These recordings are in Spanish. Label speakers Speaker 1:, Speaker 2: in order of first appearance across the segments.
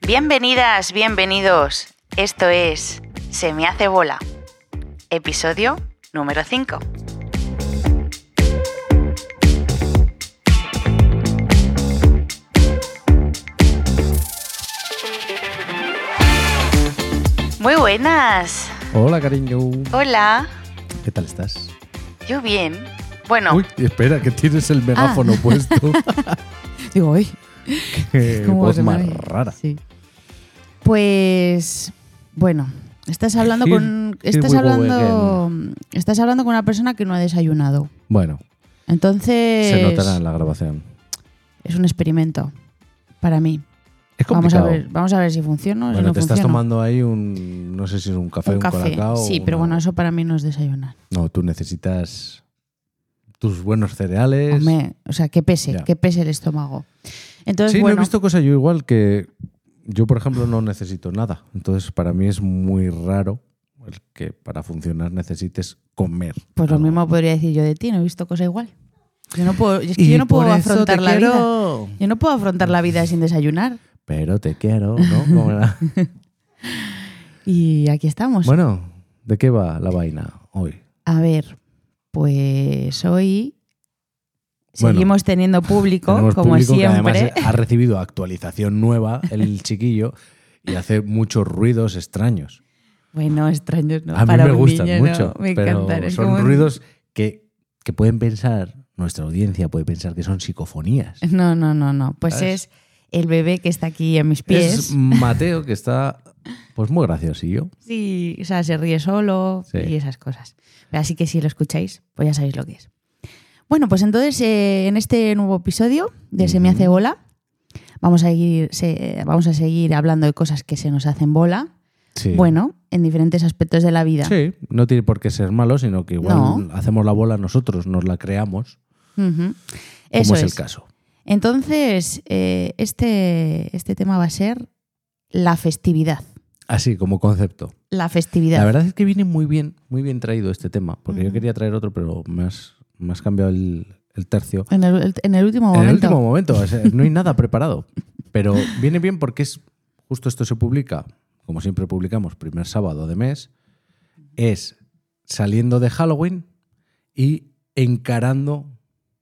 Speaker 1: Bienvenidas, bienvenidos. Esto es Se me hace bola. Episodio número 5. Muy buenas.
Speaker 2: Hola, cariño.
Speaker 1: Hola.
Speaker 2: ¿Qué tal estás?
Speaker 1: Yo bien. Bueno,
Speaker 2: Uy, espera, que tienes
Speaker 3: Ah.
Speaker 2: el megáfono puesto.
Speaker 3: Digo, hoy.
Speaker 2: Qué voz más rara.
Speaker 3: Sí. Pues, bueno, estás hablando
Speaker 2: Here-
Speaker 3: con
Speaker 2: here
Speaker 3: estás
Speaker 2: we go
Speaker 3: hablando estás hablando con una persona que no ha desayunado.
Speaker 2: Bueno,
Speaker 3: Entonces
Speaker 2: se notará en la grabación.
Speaker 3: es un experimento para mí.
Speaker 2: Es
Speaker 3: Vamos
Speaker 2: complicado.
Speaker 3: a ver, vamos a ver si funciona o si
Speaker 2: bueno,
Speaker 3: no
Speaker 2: te
Speaker 3: funciona.
Speaker 2: estás tomando ahí un, no sé si es un café, un,
Speaker 3: un café.
Speaker 2: colacao.
Speaker 3: Sí,
Speaker 2: o
Speaker 3: pero
Speaker 2: una-
Speaker 3: bueno, eso para mí no es desayunar.
Speaker 2: No, tú necesitas tus buenos cereales.
Speaker 3: Hombre, o sea, que pese,
Speaker 2: Ya.
Speaker 3: que pese el estómago. Entonces,
Speaker 2: sí,
Speaker 3: bueno,
Speaker 2: no he visto cosas yo igual que yo, por ejemplo, no necesito nada. Entonces, para mí es muy raro el que para funcionar necesites comer.
Speaker 3: pues lo
Speaker 2: algo.
Speaker 3: mismo podría decir yo de ti, no he visto cosa igual. Yo no puedo, es que
Speaker 2: Y
Speaker 3: yo no puedo
Speaker 2: por eso te
Speaker 3: afrontar la vida.
Speaker 2: quiero.
Speaker 3: Yo no puedo afrontar la vida sin desayunar.
Speaker 2: Pero te quiero, ¿no? Como era-
Speaker 3: Y aquí estamos.
Speaker 2: Bueno, ¿de qué va la vaina hoy?
Speaker 3: A ver, pues hoy
Speaker 2: Bueno,
Speaker 3: seguimos teniendo público,
Speaker 2: Tenemos
Speaker 3: como
Speaker 2: público
Speaker 3: siempre.
Speaker 2: que además ha recibido actualización nueva, el chiquillo, y hace muchos ruidos extraños.
Speaker 3: Bueno, extraños, ¿no?
Speaker 2: A mí
Speaker 3: Para
Speaker 2: me
Speaker 3: un
Speaker 2: gustan
Speaker 3: niño, ¿no?
Speaker 2: mucho,
Speaker 3: Me
Speaker 2: pero
Speaker 3: encantan. Es
Speaker 2: son
Speaker 3: como un-
Speaker 2: ruidos que, que pueden pensar, nuestra audiencia puede pensar que son psicofonías.
Speaker 3: No, no, no, no. Pues
Speaker 2: ¿Sabes?
Speaker 3: es el bebé que está aquí en mis pies.
Speaker 2: Es Mateo que está, pues muy graciosillo.
Speaker 3: Sí, o sea, se ríe solo
Speaker 2: Sí.
Speaker 3: y esas cosas. Así que si lo escucháis, pues ya sabéis lo que es. Bueno, pues entonces eh, en este nuevo episodio de Se me hace
Speaker 2: Ujú.
Speaker 3: bola, vamos a, seguir, se- vamos a seguir hablando de cosas que se nos hacen bola.
Speaker 2: Sí.
Speaker 3: Bueno, en diferentes aspectos de la vida.
Speaker 2: Sí, no tiene por qué ser malo, sino que igual
Speaker 3: No.
Speaker 2: hacemos la bola nosotros, nos la creamos,
Speaker 3: Ujú. Eso
Speaker 2: como es,
Speaker 3: es.
Speaker 2: el caso.
Speaker 3: Entonces, eh, este, este tema va a ser la festividad.
Speaker 2: Así, como concepto.
Speaker 3: La festividad.
Speaker 2: La verdad es que viene muy bien, muy bien traído este tema, porque yo
Speaker 3: Ujú.
Speaker 2: quería traer otro, pero me has, me has cambiado el, el tercio.
Speaker 3: En el, en el último
Speaker 2: En el
Speaker 3: momento.
Speaker 2: último momento, o sea, no hay nada preparado, pero viene bien porque es justo esto se publica, como siempre publicamos, primer sábado de mes, es saliendo de Halloween y encarando,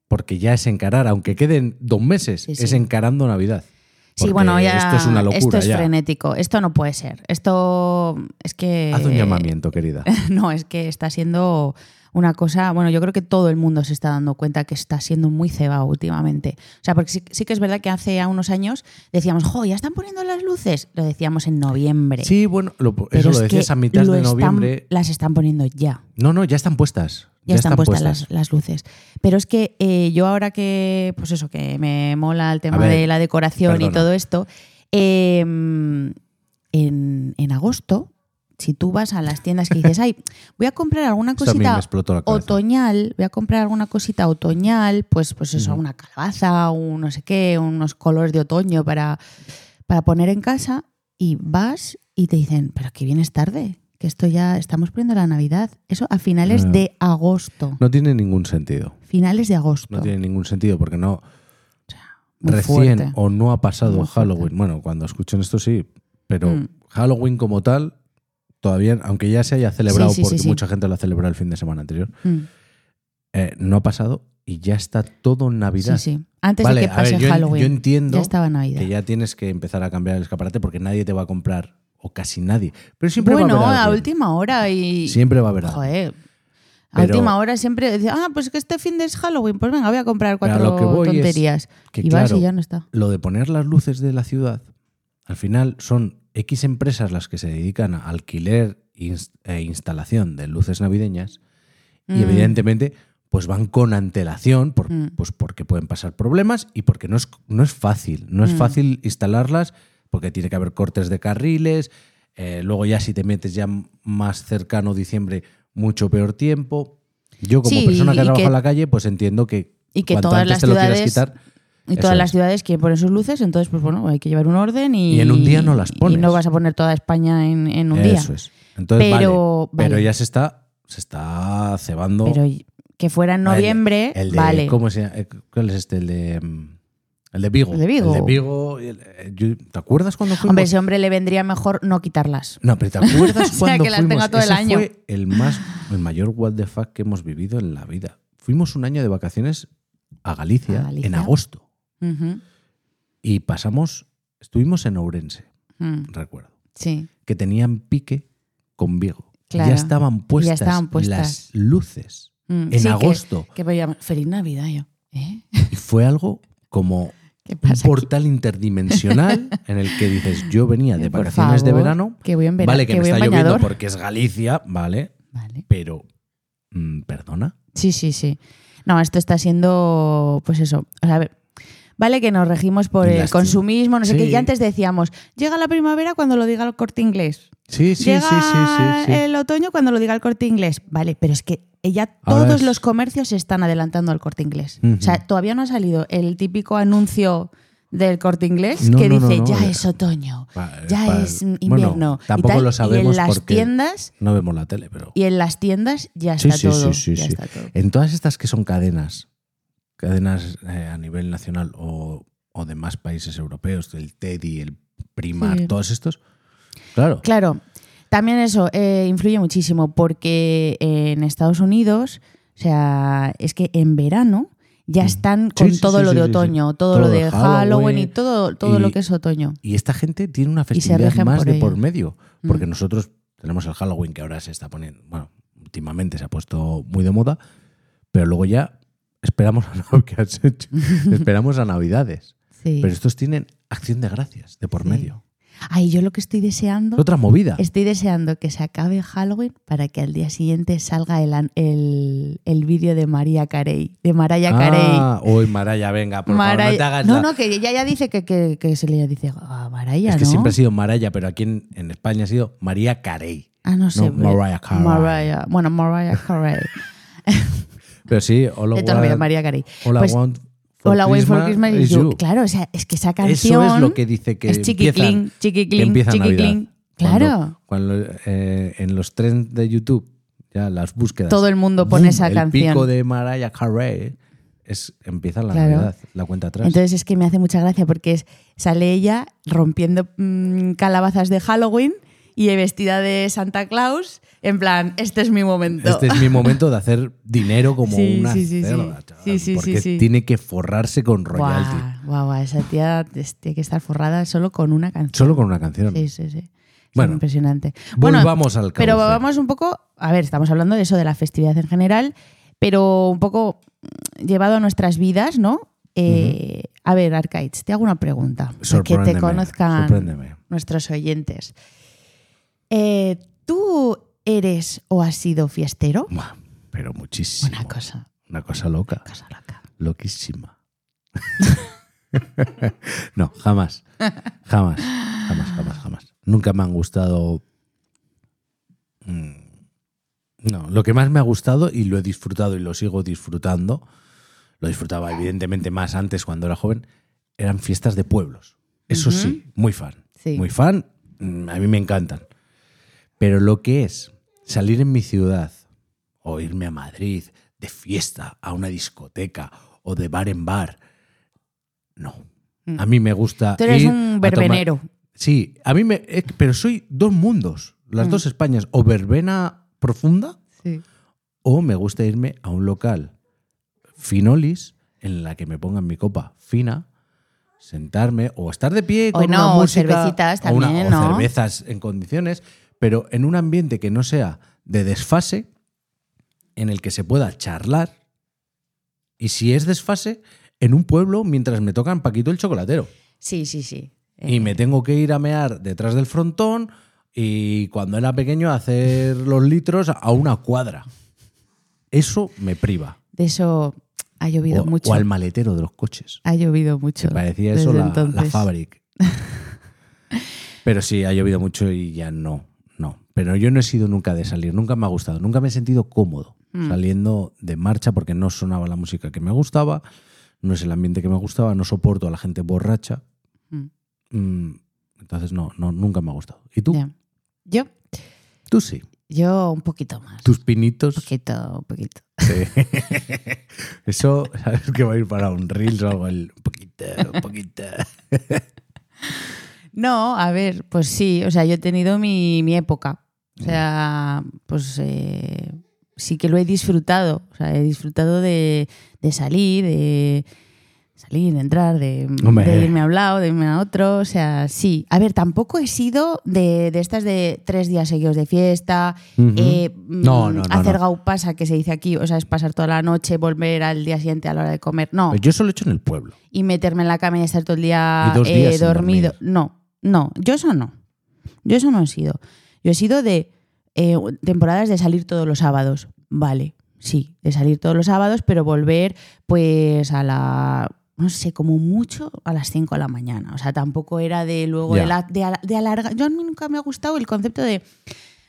Speaker 2: porque ya es encarar, aunque queden dos meses,
Speaker 3: Sí, sí.
Speaker 2: es encarando Navidad.
Speaker 3: sí,
Speaker 2: Porque
Speaker 3: bueno, ya.
Speaker 2: Esto es una locura
Speaker 3: esto es
Speaker 2: ya.
Speaker 3: frenético. Esto no puede ser. Esto es que.
Speaker 2: Haz un llamamiento, querida.
Speaker 3: No, es que está siendo una cosa. Bueno, yo creo que todo el mundo se está dando cuenta que está siendo muy cebado últimamente. O sea, porque sí, sí que es verdad que hace ya unos años decíamos, jo, ya están poniendo las luces. Lo decíamos en noviembre.
Speaker 2: Sí, bueno, lo- eso lo
Speaker 3: Pero es que
Speaker 2: decías a mitad
Speaker 3: lo
Speaker 2: de
Speaker 3: están-
Speaker 2: noviembre.
Speaker 3: las están poniendo ya.
Speaker 2: No, no, ya están puestas.
Speaker 3: Ya, están, puestas, las, las luces. Pero es que eh, yo ahora que, pues eso, que me mola el tema
Speaker 2: ver,
Speaker 3: de la decoración y
Speaker 2: perdona.
Speaker 3: todo esto, eh, en, en agosto, si tú vas a las tiendas que dices, ay, voy a comprar alguna
Speaker 2: Esto a mí me
Speaker 3: cosita
Speaker 2: explotó la cabeza.
Speaker 3: otoñal, voy a comprar alguna cosita otoñal, pues, pues eso,
Speaker 2: Ujú.
Speaker 3: una calabaza, un no sé qué, unos colores de otoño para, para poner en casa y vas y te dicen, pero que vienes tarde, que esto ya estamos poniendo la Navidad. Eso a finales
Speaker 2: Ah.
Speaker 3: de agosto.
Speaker 2: No tiene ningún sentido.
Speaker 3: Finales de agosto.
Speaker 2: No tiene ningún sentido porque no
Speaker 3: Muy
Speaker 2: recién
Speaker 3: fuerte.
Speaker 2: o no ha pasado
Speaker 3: Muy fuerte.
Speaker 2: Halloween. Bueno, cuando escuchen esto sí, pero
Speaker 3: Mm.
Speaker 2: Halloween como tal todavía, aunque ya se haya celebrado
Speaker 3: Sí, sí, sí,
Speaker 2: porque
Speaker 3: sí.
Speaker 2: mucha gente lo ha celebrado el fin de semana anterior,
Speaker 3: Mm,
Speaker 2: eh, no ha pasado y ya está todo en Navidad.
Speaker 3: sí, sí. Antes
Speaker 2: Vale,
Speaker 3: de que
Speaker 2: a
Speaker 3: pase
Speaker 2: ver, yo en-
Speaker 3: Halloween.
Speaker 2: yo entiendo
Speaker 3: Ya estaba Navidad.
Speaker 2: Que ya tienes que empezar a cambiar el escaparate porque nadie te va a comprar o casi nadie. Pero siempre
Speaker 3: bueno,
Speaker 2: va a haber
Speaker 3: a
Speaker 2: alguien.
Speaker 3: última hora y.
Speaker 2: Siempre va a haber alguien.
Speaker 3: Joder. A
Speaker 2: Pero-
Speaker 3: última hora siempre decía, ah, pues que este fin de es Halloween, pues venga, voy a comprar
Speaker 2: Pero a
Speaker 3: cuatro
Speaker 2: lo que voy es
Speaker 3: tonterías.
Speaker 2: que
Speaker 3: y vas
Speaker 2: claro,
Speaker 3: y ya no está.
Speaker 2: lo de poner las luces de la ciudad, al final son X empresas las que se dedican a alquiler ins- e instalación de luces navideñas y
Speaker 3: Mm.
Speaker 2: evidentemente pues van con antelación por-
Speaker 3: Mm.
Speaker 2: pues porque pueden pasar problemas y porque no es, no es fácil, no es
Speaker 3: Mm.
Speaker 2: fácil instalarlas porque tiene que haber cortes de carriles, eh, luego ya si te metes ya m- más cercano diciembre, mucho peor tiempo. Yo como
Speaker 3: Sí,
Speaker 2: persona
Speaker 3: y
Speaker 2: que trabaja
Speaker 3: que-
Speaker 2: en la calle, pues entiendo que,
Speaker 3: y que
Speaker 2: cuanto
Speaker 3: todas
Speaker 2: antes
Speaker 3: las
Speaker 2: te lo quieras
Speaker 3: ciudades-
Speaker 2: quitar,
Speaker 3: Y
Speaker 2: Eso
Speaker 3: todas las
Speaker 2: es.
Speaker 3: ciudades quieren poner sus luces, entonces, pues bueno, hay que llevar un orden y.
Speaker 2: Y en un día no las pones.
Speaker 3: Y no vas a poner toda España en, en un día.
Speaker 2: Eso es. Entonces,
Speaker 3: Pero-
Speaker 2: vale, pero
Speaker 3: vale.
Speaker 2: ya se está, se está cebando.
Speaker 3: Pero y- que fuera en
Speaker 2: Vale,
Speaker 3: noviembre,
Speaker 2: el de-
Speaker 3: vale.
Speaker 2: ¿cómo se llama? Eh, ¿Cuál es este? El de. mm, El de Vigo.
Speaker 3: El de Vigo.
Speaker 2: el- eh, yo- ¿Te acuerdas cuando fuimos?
Speaker 3: Hombre, ese hombre le vendría mejor no quitarlas.
Speaker 2: No, pero ¿te acuerdas
Speaker 3: O sea,
Speaker 2: cuando
Speaker 3: que las tengo
Speaker 2: fuimos?
Speaker 3: todo el
Speaker 2: Ese
Speaker 3: año.
Speaker 2: fue el, más, el mayor what the fuck que hemos vivido en la vida. Fuimos un año de vacaciones a Galicia,
Speaker 3: A Galicia.
Speaker 2: en agosto
Speaker 3: Ujú,
Speaker 2: y pasamos, estuvimos en Ourense,
Speaker 3: mm,
Speaker 2: recuerdo,
Speaker 3: Sí.
Speaker 2: que tenían pique con Vigo.
Speaker 3: Claro.
Speaker 2: Ya estaban puestas,
Speaker 3: estaban puestas.
Speaker 2: las luces
Speaker 3: Mm,
Speaker 2: en
Speaker 3: sí, que-
Speaker 2: agosto
Speaker 3: Que, veíamos, Feliz Navidad yo. ¿Eh?
Speaker 2: y fue algo como
Speaker 3: ¿Qué
Speaker 2: un
Speaker 3: pasa? aquí?
Speaker 2: portal interdimensional en el que dices, yo venía de
Speaker 3: Eh, por
Speaker 2: vacaciones de
Speaker 3: favor,
Speaker 2: verano,
Speaker 3: Que voy en verano.
Speaker 2: vale que, me
Speaker 3: voy en
Speaker 2: está lloviendo
Speaker 3: bañador.
Speaker 2: porque es Galicia, vale,
Speaker 3: Vale.
Speaker 2: pero mm, perdona.
Speaker 3: Sí, sí, sí. No, esto está siendo, pues eso. O sea, a ver, vale que nos regimos por el
Speaker 2: Las-
Speaker 3: consumismo, no sé
Speaker 2: sí.
Speaker 3: qué. Y antes decíamos, llega la primavera cuando lo diga el corte inglés.
Speaker 2: Sí, sí,
Speaker 3: llega
Speaker 2: sí, sí, sí, sí.
Speaker 3: el otoño cuando lo diga el corte inglés. Vale, pero es que ya
Speaker 2: Ahora
Speaker 3: todos
Speaker 2: es-
Speaker 3: los comercios se están adelantando al corte inglés.
Speaker 2: Ujú.
Speaker 3: O sea, todavía no ha salido el típico anuncio del corte inglés
Speaker 2: No,
Speaker 3: que
Speaker 2: no, no,
Speaker 3: dice
Speaker 2: no.
Speaker 3: ya es otoño,
Speaker 2: Pa-
Speaker 3: ya
Speaker 2: pa-
Speaker 3: es
Speaker 2: bueno,
Speaker 3: mm, invierno. y
Speaker 2: tampoco
Speaker 3: tal.
Speaker 2: lo
Speaker 3: Y
Speaker 2: sabemos
Speaker 3: en las
Speaker 2: porque-
Speaker 3: tiendas
Speaker 2: No vemos la tele, pero...
Speaker 3: y en las tiendas ya
Speaker 2: Sí,
Speaker 3: está
Speaker 2: sí,
Speaker 3: todo.
Speaker 2: sí, sí,
Speaker 3: ya
Speaker 2: sí.
Speaker 3: está todo.
Speaker 2: En todas estas que son cadenas, cadenas eh, a nivel nacional o, o de más países europeos, el Teddy, el Primar,
Speaker 3: Sí.
Speaker 2: todos estos, claro,
Speaker 3: Claro, también eso eh, influye muchísimo porque en Estados Unidos, o sea, es que en verano ya están con
Speaker 2: Mm. sí,
Speaker 3: todo
Speaker 2: sí,
Speaker 3: lo
Speaker 2: sí,
Speaker 3: de
Speaker 2: sí, sí.
Speaker 3: otoño, todo, lo de Halloween, y todo, todo
Speaker 2: y-
Speaker 3: lo que es otoño.
Speaker 2: Y esta gente tiene una
Speaker 3: se
Speaker 2: festividad
Speaker 3: rigen
Speaker 2: más
Speaker 3: por
Speaker 2: de
Speaker 3: ello.
Speaker 2: por medio. Porque
Speaker 3: Mm.
Speaker 2: nosotros tenemos el Halloween que ahora se está poniendo. Bueno, últimamente se ha puesto muy de moda, pero luego ya esperamos a lo que has hecho. esperamos a Navidades.
Speaker 3: Sí.
Speaker 2: Pero estos tienen acción de gracias de por
Speaker 3: Sí.
Speaker 2: medio.
Speaker 3: Ay, yo lo que estoy deseando,
Speaker 2: Es otra movida.
Speaker 3: estoy deseando que se acabe Halloween para que al día siguiente salga el, an- el, el vídeo de María Carey, de Mariah Carey.
Speaker 2: Ah, uy, Maraya, venga, por favor, no
Speaker 3: Maray-
Speaker 2: te hagas
Speaker 3: no,
Speaker 2: la-
Speaker 3: no, que ella ya dice que, que, que se le dice a Maraya,
Speaker 2: Es que
Speaker 3: ¿no?
Speaker 2: siempre ha sido Maraya, pero aquí en, en España ha sido María Carey.
Speaker 3: Ah, no sé. pero-
Speaker 2: Mariah Carey.
Speaker 3: Mariah- Bueno, Mariah Carey.
Speaker 2: Pero sí, Hola,
Speaker 3: de toda la vida, María Carey.
Speaker 2: Hola,
Speaker 3: Pues,
Speaker 2: want for
Speaker 3: Hola, Wait for Christmas
Speaker 2: is
Speaker 3: is you.
Speaker 2: you.
Speaker 3: Claro, o sea, es que esa canción.
Speaker 2: Eso es lo que dice que
Speaker 3: es
Speaker 2: empiezan-
Speaker 3: chiquiclín,
Speaker 2: que
Speaker 3: chiquiclín,
Speaker 2: empieza
Speaker 3: chiquiclín.
Speaker 2: Navidad.
Speaker 3: Claro.
Speaker 2: Cuando, cuando, eh, en los trends de YouTube, ya las búsquedas.
Speaker 3: Todo el mundo pone
Speaker 2: ¡bum!
Speaker 3: esa
Speaker 2: El pico
Speaker 3: canción.
Speaker 2: de Mariah Carey es, empieza la
Speaker 3: Claro.
Speaker 2: Navidad, la cuenta atrás.
Speaker 3: Entonces es que me hace mucha gracia porque es, sale ella rompiendo mm, calabazas de Halloween y vestida de Santa Claus. En plan, este es mi momento.
Speaker 2: este es mi momento de hacer dinero como
Speaker 3: Sí,
Speaker 2: una
Speaker 3: sí, sí, sí.
Speaker 2: cerda, chaval,
Speaker 3: Sí, sí, sí,
Speaker 2: porque
Speaker 3: sí.
Speaker 2: tiene que forrarse con royalty.
Speaker 3: Guau, guau, guau, esa tía es- tiene que estar forrada solo con una canción.
Speaker 2: Solo con una canción.
Speaker 3: Sí, sí, sí. Es
Speaker 2: Bueno,
Speaker 3: impresionante.
Speaker 2: volvamos al
Speaker 3: Pero
Speaker 2: cauce.
Speaker 3: vamos un poco, a ver, estamos hablando de eso, de la festividad en general, pero un poco mm, llevado a nuestras vidas, ¿no? Eh, A ver, Arcaids, te hago una pregunta. para Que
Speaker 2: Sorpréndeme,
Speaker 3: te conozcan
Speaker 2: sorpréndeme.
Speaker 3: nuestros oyentes. Eh, ¿Tú eres o has sido fiestero?
Speaker 2: Buah, Pero muchísimo.
Speaker 3: Una cosa,
Speaker 2: Una cosa loca.
Speaker 3: cosa loca.
Speaker 2: Loquísima. no, jamás. Jamás. Jamás, jamás, jamás. Nunca me han gustado. mm, No, lo que más me ha gustado y lo he disfrutado y lo sigo disfrutando, lo disfrutaba evidentemente más antes cuando era joven, eran fiestas de pueblos. Eso
Speaker 3: Ujú.
Speaker 2: sí, muy fan.
Speaker 3: Sí.
Speaker 2: Muy fan, mm, a mí me encantan. Pero lo que es salir en mi ciudad o irme a Madrid de fiesta a una discoteca o de bar en bar, no.
Speaker 3: Mm.
Speaker 2: A mí me gusta.
Speaker 3: Tú eres
Speaker 2: ir a
Speaker 3: un
Speaker 2: tomar-
Speaker 3: verbenero.
Speaker 2: Sí, a mí me. eh, pero soy dos mundos, las
Speaker 3: Mm.
Speaker 2: dos Españas, o verbena profunda
Speaker 3: Sí.
Speaker 2: o me gusta irme a un local finolis en la que me pongan mi copa fina, sentarme o estar de pie
Speaker 3: O
Speaker 2: con una
Speaker 3: no, o
Speaker 2: música,
Speaker 3: cervecitas
Speaker 2: o una-
Speaker 3: también,
Speaker 2: o
Speaker 3: ¿no?
Speaker 2: cervezas en condiciones, pero en un ambiente que no sea de desfase, en el que se pueda charlar y si es desfase en un pueblo mientras me tocan Paquito el chocolatero
Speaker 3: Sí, sí, sí.
Speaker 2: y
Speaker 3: Eh.
Speaker 2: me tengo que ir a mear detrás del frontón y cuando era pequeño hacer los litros a una cuadra. Eso me priva.
Speaker 3: De eso ha llovido
Speaker 2: O,
Speaker 3: mucho.
Speaker 2: o al maletero de los coches.
Speaker 3: Ha llovido mucho.
Speaker 2: Me parecía
Speaker 3: desde
Speaker 2: eso la,
Speaker 3: entonces.
Speaker 2: la Fabric. Pero sí, ha llovido mucho y ya no, no. Pero yo no he sido nunca de salir, nunca me ha gustado, nunca me he sentido cómodo
Speaker 3: Mm.
Speaker 2: saliendo de marcha porque no sonaba la música que me gustaba, no es el ambiente que me gustaba, no soporto a la gente borracha.
Speaker 3: Mm.
Speaker 2: Mm, Entonces no, no, nunca me ha gustado. ¿Y tú?
Speaker 3: Ya. Yo,
Speaker 2: Tú sí.
Speaker 3: Yo un poquito más.
Speaker 2: Tus pinitos.
Speaker 3: Un poquito, un poquito.
Speaker 2: Eso, sabes que va a ir para un reel o algo. el poquito, poquito.
Speaker 3: No, a ver, pues sí, o sea, yo he tenido mi, mi época.
Speaker 2: Mm.
Speaker 3: O sea, pues eh, sí que lo he disfrutado. O sea, he disfrutado de, de salir, de salir, de entrar, de,
Speaker 2: Hombre.
Speaker 3: de irme a un lado, de irme a otro. O sea, sí. A ver, tampoco he sido de, de estas de eh, tres días seguidos de fiesta,
Speaker 2: Ujú.
Speaker 3: eh,
Speaker 2: No, no,
Speaker 3: mm,
Speaker 2: no,
Speaker 3: hacer
Speaker 2: no.
Speaker 3: gaupasa, que se dice aquí. O sea, es pasar toda la noche, volver al día siguiente a la hora de comer. No
Speaker 2: Yo solo he hecho en el pueblo.
Speaker 3: y meterme en la cama y estar todo el día
Speaker 2: Y dos
Speaker 3: eh,
Speaker 2: días sin
Speaker 3: dormido.
Speaker 2: dormir.
Speaker 3: No, no, yo eso no. Yo eso no he sido. Yo he sido de eh, temporadas de salir todos los sábados. Vale, sí, de salir todos los sábados, pero volver pues a la, no sé, como mucho a las 5 de la mañana. O sea, tampoco era de luego
Speaker 2: Ya.
Speaker 3: de, la- de ala- de alargar. Yo a mí nunca me ha gustado el concepto de,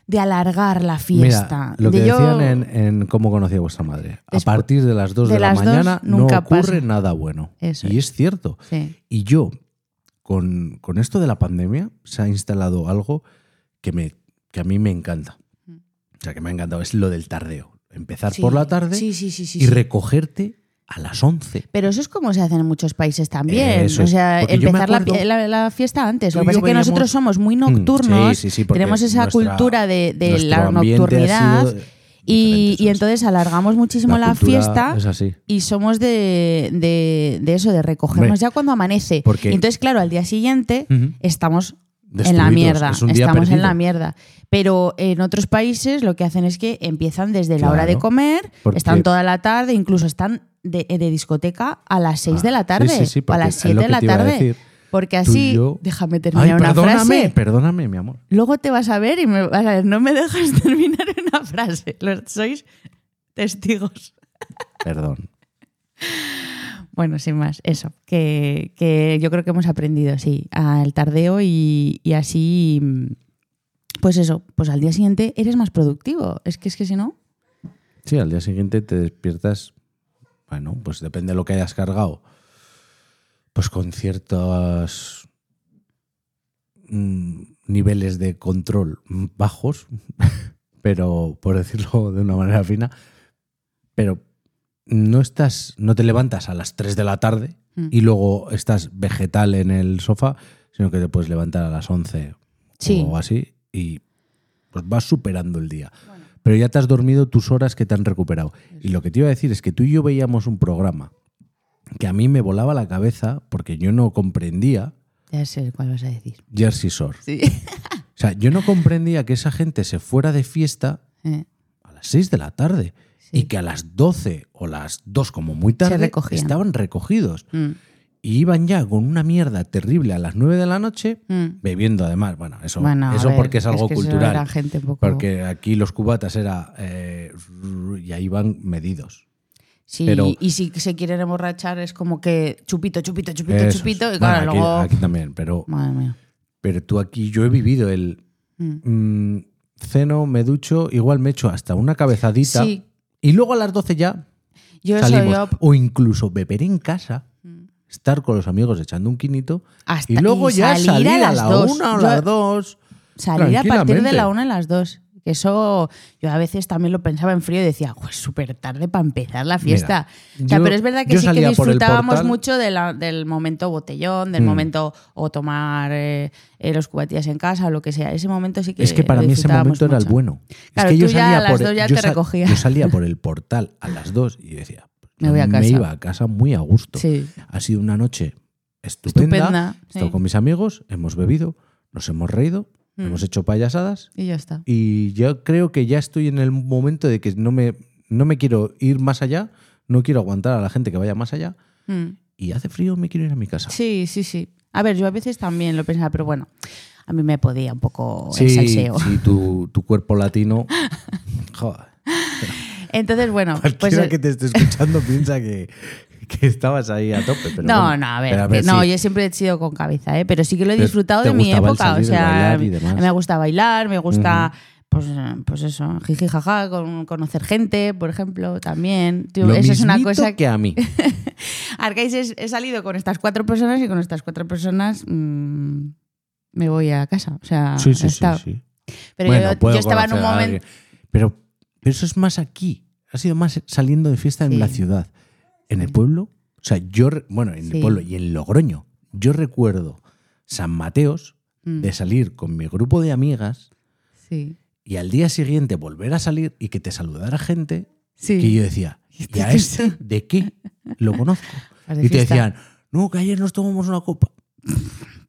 Speaker 3: de alargar la fiesta.
Speaker 2: Mira, lo que
Speaker 3: De yo-
Speaker 2: decían en, en cómo conocí a vuestra madre. A
Speaker 3: Despu-
Speaker 2: partir de las 2 de,
Speaker 3: de
Speaker 2: la
Speaker 3: las dos
Speaker 2: mañana
Speaker 3: nunca
Speaker 2: no ocurre
Speaker 3: pasa.
Speaker 2: nada bueno.
Speaker 3: Eso
Speaker 2: y es cierto.
Speaker 3: Sí.
Speaker 2: Y yo, con, con esto de la pandemia, se ha instalado algo que, me, que a mí me encanta. O sea, que me ha encantado. Es lo del tardeo. Empezar
Speaker 3: Sí.
Speaker 2: por la tarde
Speaker 3: Sí, sí, sí, sí,
Speaker 2: y
Speaker 3: sí.
Speaker 2: recogerte a las 11.
Speaker 3: Pero eso es como se hace en muchos países también.
Speaker 2: Eh, Eso
Speaker 3: o
Speaker 2: es.
Speaker 3: sea,
Speaker 2: Porque yo me
Speaker 3: empezar la,
Speaker 2: acuerdo-
Speaker 3: la- la fiesta antes.
Speaker 2: Tú
Speaker 3: Lo
Speaker 2: y
Speaker 3: que pasa
Speaker 2: yo
Speaker 3: es que
Speaker 2: veíamos- Mm,
Speaker 3: nosotros somos muy nocturnos.
Speaker 2: sí, sí, porque
Speaker 3: tenemos esa
Speaker 2: nuestra-
Speaker 3: cultura de, de
Speaker 2: nuestro
Speaker 3: la
Speaker 2: ambiente ha
Speaker 3: nocturnidad.
Speaker 2: sido diferente,
Speaker 3: Y, y
Speaker 2: eso es.
Speaker 3: entonces alargamos muchísimo la,
Speaker 2: cultura
Speaker 3: fiesta
Speaker 2: Es así.
Speaker 3: y somos de, de- de eso, de recogernos
Speaker 2: Hombre,
Speaker 3: ya cuando amanece.
Speaker 2: porque-
Speaker 3: Y entonces, claro, al día siguiente
Speaker 2: Ujú.
Speaker 3: estamos en la
Speaker 2: Destruidos,
Speaker 3: mierda.
Speaker 2: es un día
Speaker 3: Estamos en
Speaker 2: perdido.
Speaker 3: la mierda. Pero en otros países lo que hacen es que empiezan desde la hora de
Speaker 2: Claro,
Speaker 3: comer,
Speaker 2: porque-
Speaker 3: están toda la tarde, incluso están de, eh, de discoteca a las 6 de
Speaker 2: Ah,
Speaker 3: la
Speaker 2: sí,
Speaker 3: tarde
Speaker 2: sí, sí,
Speaker 3: o a
Speaker 2: porque
Speaker 3: las
Speaker 2: es
Speaker 3: 7
Speaker 2: lo
Speaker 3: de
Speaker 2: que
Speaker 3: la
Speaker 2: te iba a
Speaker 3: tarde.
Speaker 2: decir.
Speaker 3: Porque
Speaker 2: Tú y
Speaker 3: así,
Speaker 2: yo-
Speaker 3: déjame terminar
Speaker 2: Ay,
Speaker 3: una
Speaker 2: perdóname,
Speaker 3: frase.
Speaker 2: perdóname, mi amor.
Speaker 3: Luego te vas a ver y me vas a ver, no me dejas terminar una frase. Lo- Sois testigos.
Speaker 2: Perdón.
Speaker 3: Bueno, sin más, eso. Que, que yo creo que hemos aprendido, sí, al tardeo y, y así, mm, pues eso, pues al día siguiente eres más productivo. Es que es que si no,
Speaker 2: Sí, al día siguiente te despiertas, bueno, pues depende de lo que hayas cargado, pues con ciertos mm, niveles de control bajos, pero por decirlo de una manera fina, pero no estás, no te levantas a las 3 de la tarde
Speaker 3: Mm.
Speaker 2: y luego estás vegetal en el sofá, sino que te puedes levantar a las 11
Speaker 3: Sí.
Speaker 2: o así y pues vas superando el día. Pero ya te has dormido tus horas que te han recuperado. Y lo que te iba a decir es que tú y yo veíamos un programa que a mí me volaba la cabeza porque yo no comprendía
Speaker 3: ya sé cuál vas a decir.
Speaker 2: Jersey Shore.
Speaker 3: Sí.
Speaker 2: O sea, yo no comprendía que esa gente se fuera de fiesta a las 6 de la tarde
Speaker 3: Eh. Sí.
Speaker 2: y que a las 12 o las 2 como muy tarde
Speaker 3: recogían. Mm.
Speaker 2: estaban recogidos. Y iban ya con una mierda terrible a las 9 de la noche bebiendo además. Bueno, eso,
Speaker 3: Mm. Bueno, a
Speaker 2: eso
Speaker 3: ver,
Speaker 2: porque es algo
Speaker 3: que eso
Speaker 2: cultural.
Speaker 3: era gente un poco-
Speaker 2: Porque aquí los cubatas era... eh, y ahí van medidos.
Speaker 3: Sí,
Speaker 2: pero-
Speaker 3: y si se quieren emborrachar es como que chupito, chupito, chupito,
Speaker 2: Eso es.
Speaker 3: chupito, y
Speaker 2: Bueno,
Speaker 3: claro,
Speaker 2: aquí,
Speaker 3: luego...
Speaker 2: aquí también, pero,
Speaker 3: Madre mía.
Speaker 2: pero tú aquí, yo he vivido el
Speaker 3: Mm.
Speaker 2: mm, ceno, me ducho, igual me echo hasta una cabezadita
Speaker 3: Sí.
Speaker 2: y luego a las 12 ya
Speaker 3: Yo eso,
Speaker 2: salimos.
Speaker 3: yo Mm.
Speaker 2: O incluso beber en casa, estar con los amigos echando un quinito
Speaker 3: Hasta-
Speaker 2: y luego
Speaker 3: y
Speaker 2: ya
Speaker 3: salir a
Speaker 2: salir a,
Speaker 3: las
Speaker 2: la
Speaker 3: dos.
Speaker 2: una o
Speaker 3: Yo-
Speaker 2: las dos.
Speaker 3: Salir a partir de
Speaker 2: Tranquilamente.
Speaker 3: la una a las dos. Que eso yo a veces también lo pensaba en frío y decía, pues súper tarde para empezar la fiesta.
Speaker 2: Mira,
Speaker 3: o sea,
Speaker 2: yo-
Speaker 3: pero es verdad que
Speaker 2: yo
Speaker 3: sí que
Speaker 2: salía por el
Speaker 3: disfrutábamos
Speaker 2: portal.
Speaker 3: mucho de la- del momento botellón,
Speaker 2: Mm.
Speaker 3: del momento o tomar eh, eh, los cubatillas en casa o lo que sea. Ese momento sí que.
Speaker 2: es que para
Speaker 3: lo
Speaker 2: mí ese
Speaker 3: disfrutábamos
Speaker 2: momento era el
Speaker 3: mucho.
Speaker 2: bueno.
Speaker 3: Claro,
Speaker 2: es que
Speaker 3: tú ya a las
Speaker 2: por,
Speaker 3: dos ya
Speaker 2: yo
Speaker 3: te
Speaker 2: sa-
Speaker 3: recogía.
Speaker 2: yo salía por el portal a las dos y decía,
Speaker 3: Me voy a
Speaker 2: Me
Speaker 3: casa.
Speaker 2: iba a casa muy a gusto.
Speaker 3: Sí.
Speaker 2: Ha sido una noche estupenda.
Speaker 3: Estupenda,
Speaker 2: He estado
Speaker 3: sí.
Speaker 2: con mis amigos, hemos bebido, nos hemos reído,
Speaker 3: Mm.
Speaker 2: hemos hecho payasadas
Speaker 3: Y ya está.
Speaker 2: y yo creo que ya estoy en el momento de que no me, no me quiero ir más allá, no quiero aguantar a la gente que vaya más allá
Speaker 3: Mm.
Speaker 2: y hace frío, me quiero ir a mi casa.
Speaker 3: Sí, sí, sí. A ver, yo a veces también lo pensaba, pero bueno, a mí me podía un poco el
Speaker 2: sí,
Speaker 3: salseo.
Speaker 2: sí, tu, tu cuerpo latino. Joder.
Speaker 3: Entonces, bueno, pues.
Speaker 2: Cualquiera que te esté escuchando piensa que, que estabas ahí a tope. pero
Speaker 3: no,
Speaker 2: bueno.
Speaker 3: no, a ver.
Speaker 2: Pero
Speaker 3: que- no,
Speaker 2: sí.
Speaker 3: yo siempre he sido con cabeza, ¿eh? pero sí que lo he
Speaker 2: Pero
Speaker 3: disfrutado
Speaker 2: te
Speaker 3: de mi
Speaker 2: gustaba el
Speaker 3: época. O
Speaker 2: salir, el
Speaker 3: sea,
Speaker 2: bailar y demás.
Speaker 3: me gusta bailar, me gusta. Pues, eh, pues eso, jiji jaja, con, conocer gente, por ejemplo, también. Tío,
Speaker 2: Lo
Speaker 3: eso es una
Speaker 2: mismito
Speaker 3: cosa
Speaker 2: que a mí.
Speaker 3: Arcais es- he salido con estas cuatro personas y con estas cuatro personas mm, me voy a casa. O sea,
Speaker 2: Sí, sí,
Speaker 3: he
Speaker 2: sí,
Speaker 3: estado-
Speaker 2: sí.
Speaker 3: Pero
Speaker 2: Bueno,
Speaker 3: yo- yo,
Speaker 2: puedo
Speaker 3: estaba en un
Speaker 2: conocer a alguien.
Speaker 3: momento.
Speaker 2: Pero, pero eso es más aquí. Ha sido más saliendo de fiesta
Speaker 3: Sí.
Speaker 2: en la ciudad. En el pueblo, o sea, yo, re- bueno, en
Speaker 3: Sí.
Speaker 2: el pueblo y en Logroño, yo recuerdo San Mateos
Speaker 3: Mm,
Speaker 2: de salir con mi grupo de amigas
Speaker 3: Sí.
Speaker 2: y al día siguiente volver a salir y que te saludara gente
Speaker 3: Sí.
Speaker 2: que yo decía, ¿y a este de qué? Lo conozco.
Speaker 3: Vas de
Speaker 2: Y te
Speaker 3: fiesta.
Speaker 2: decían, no, que ayer nos tomamos una copa.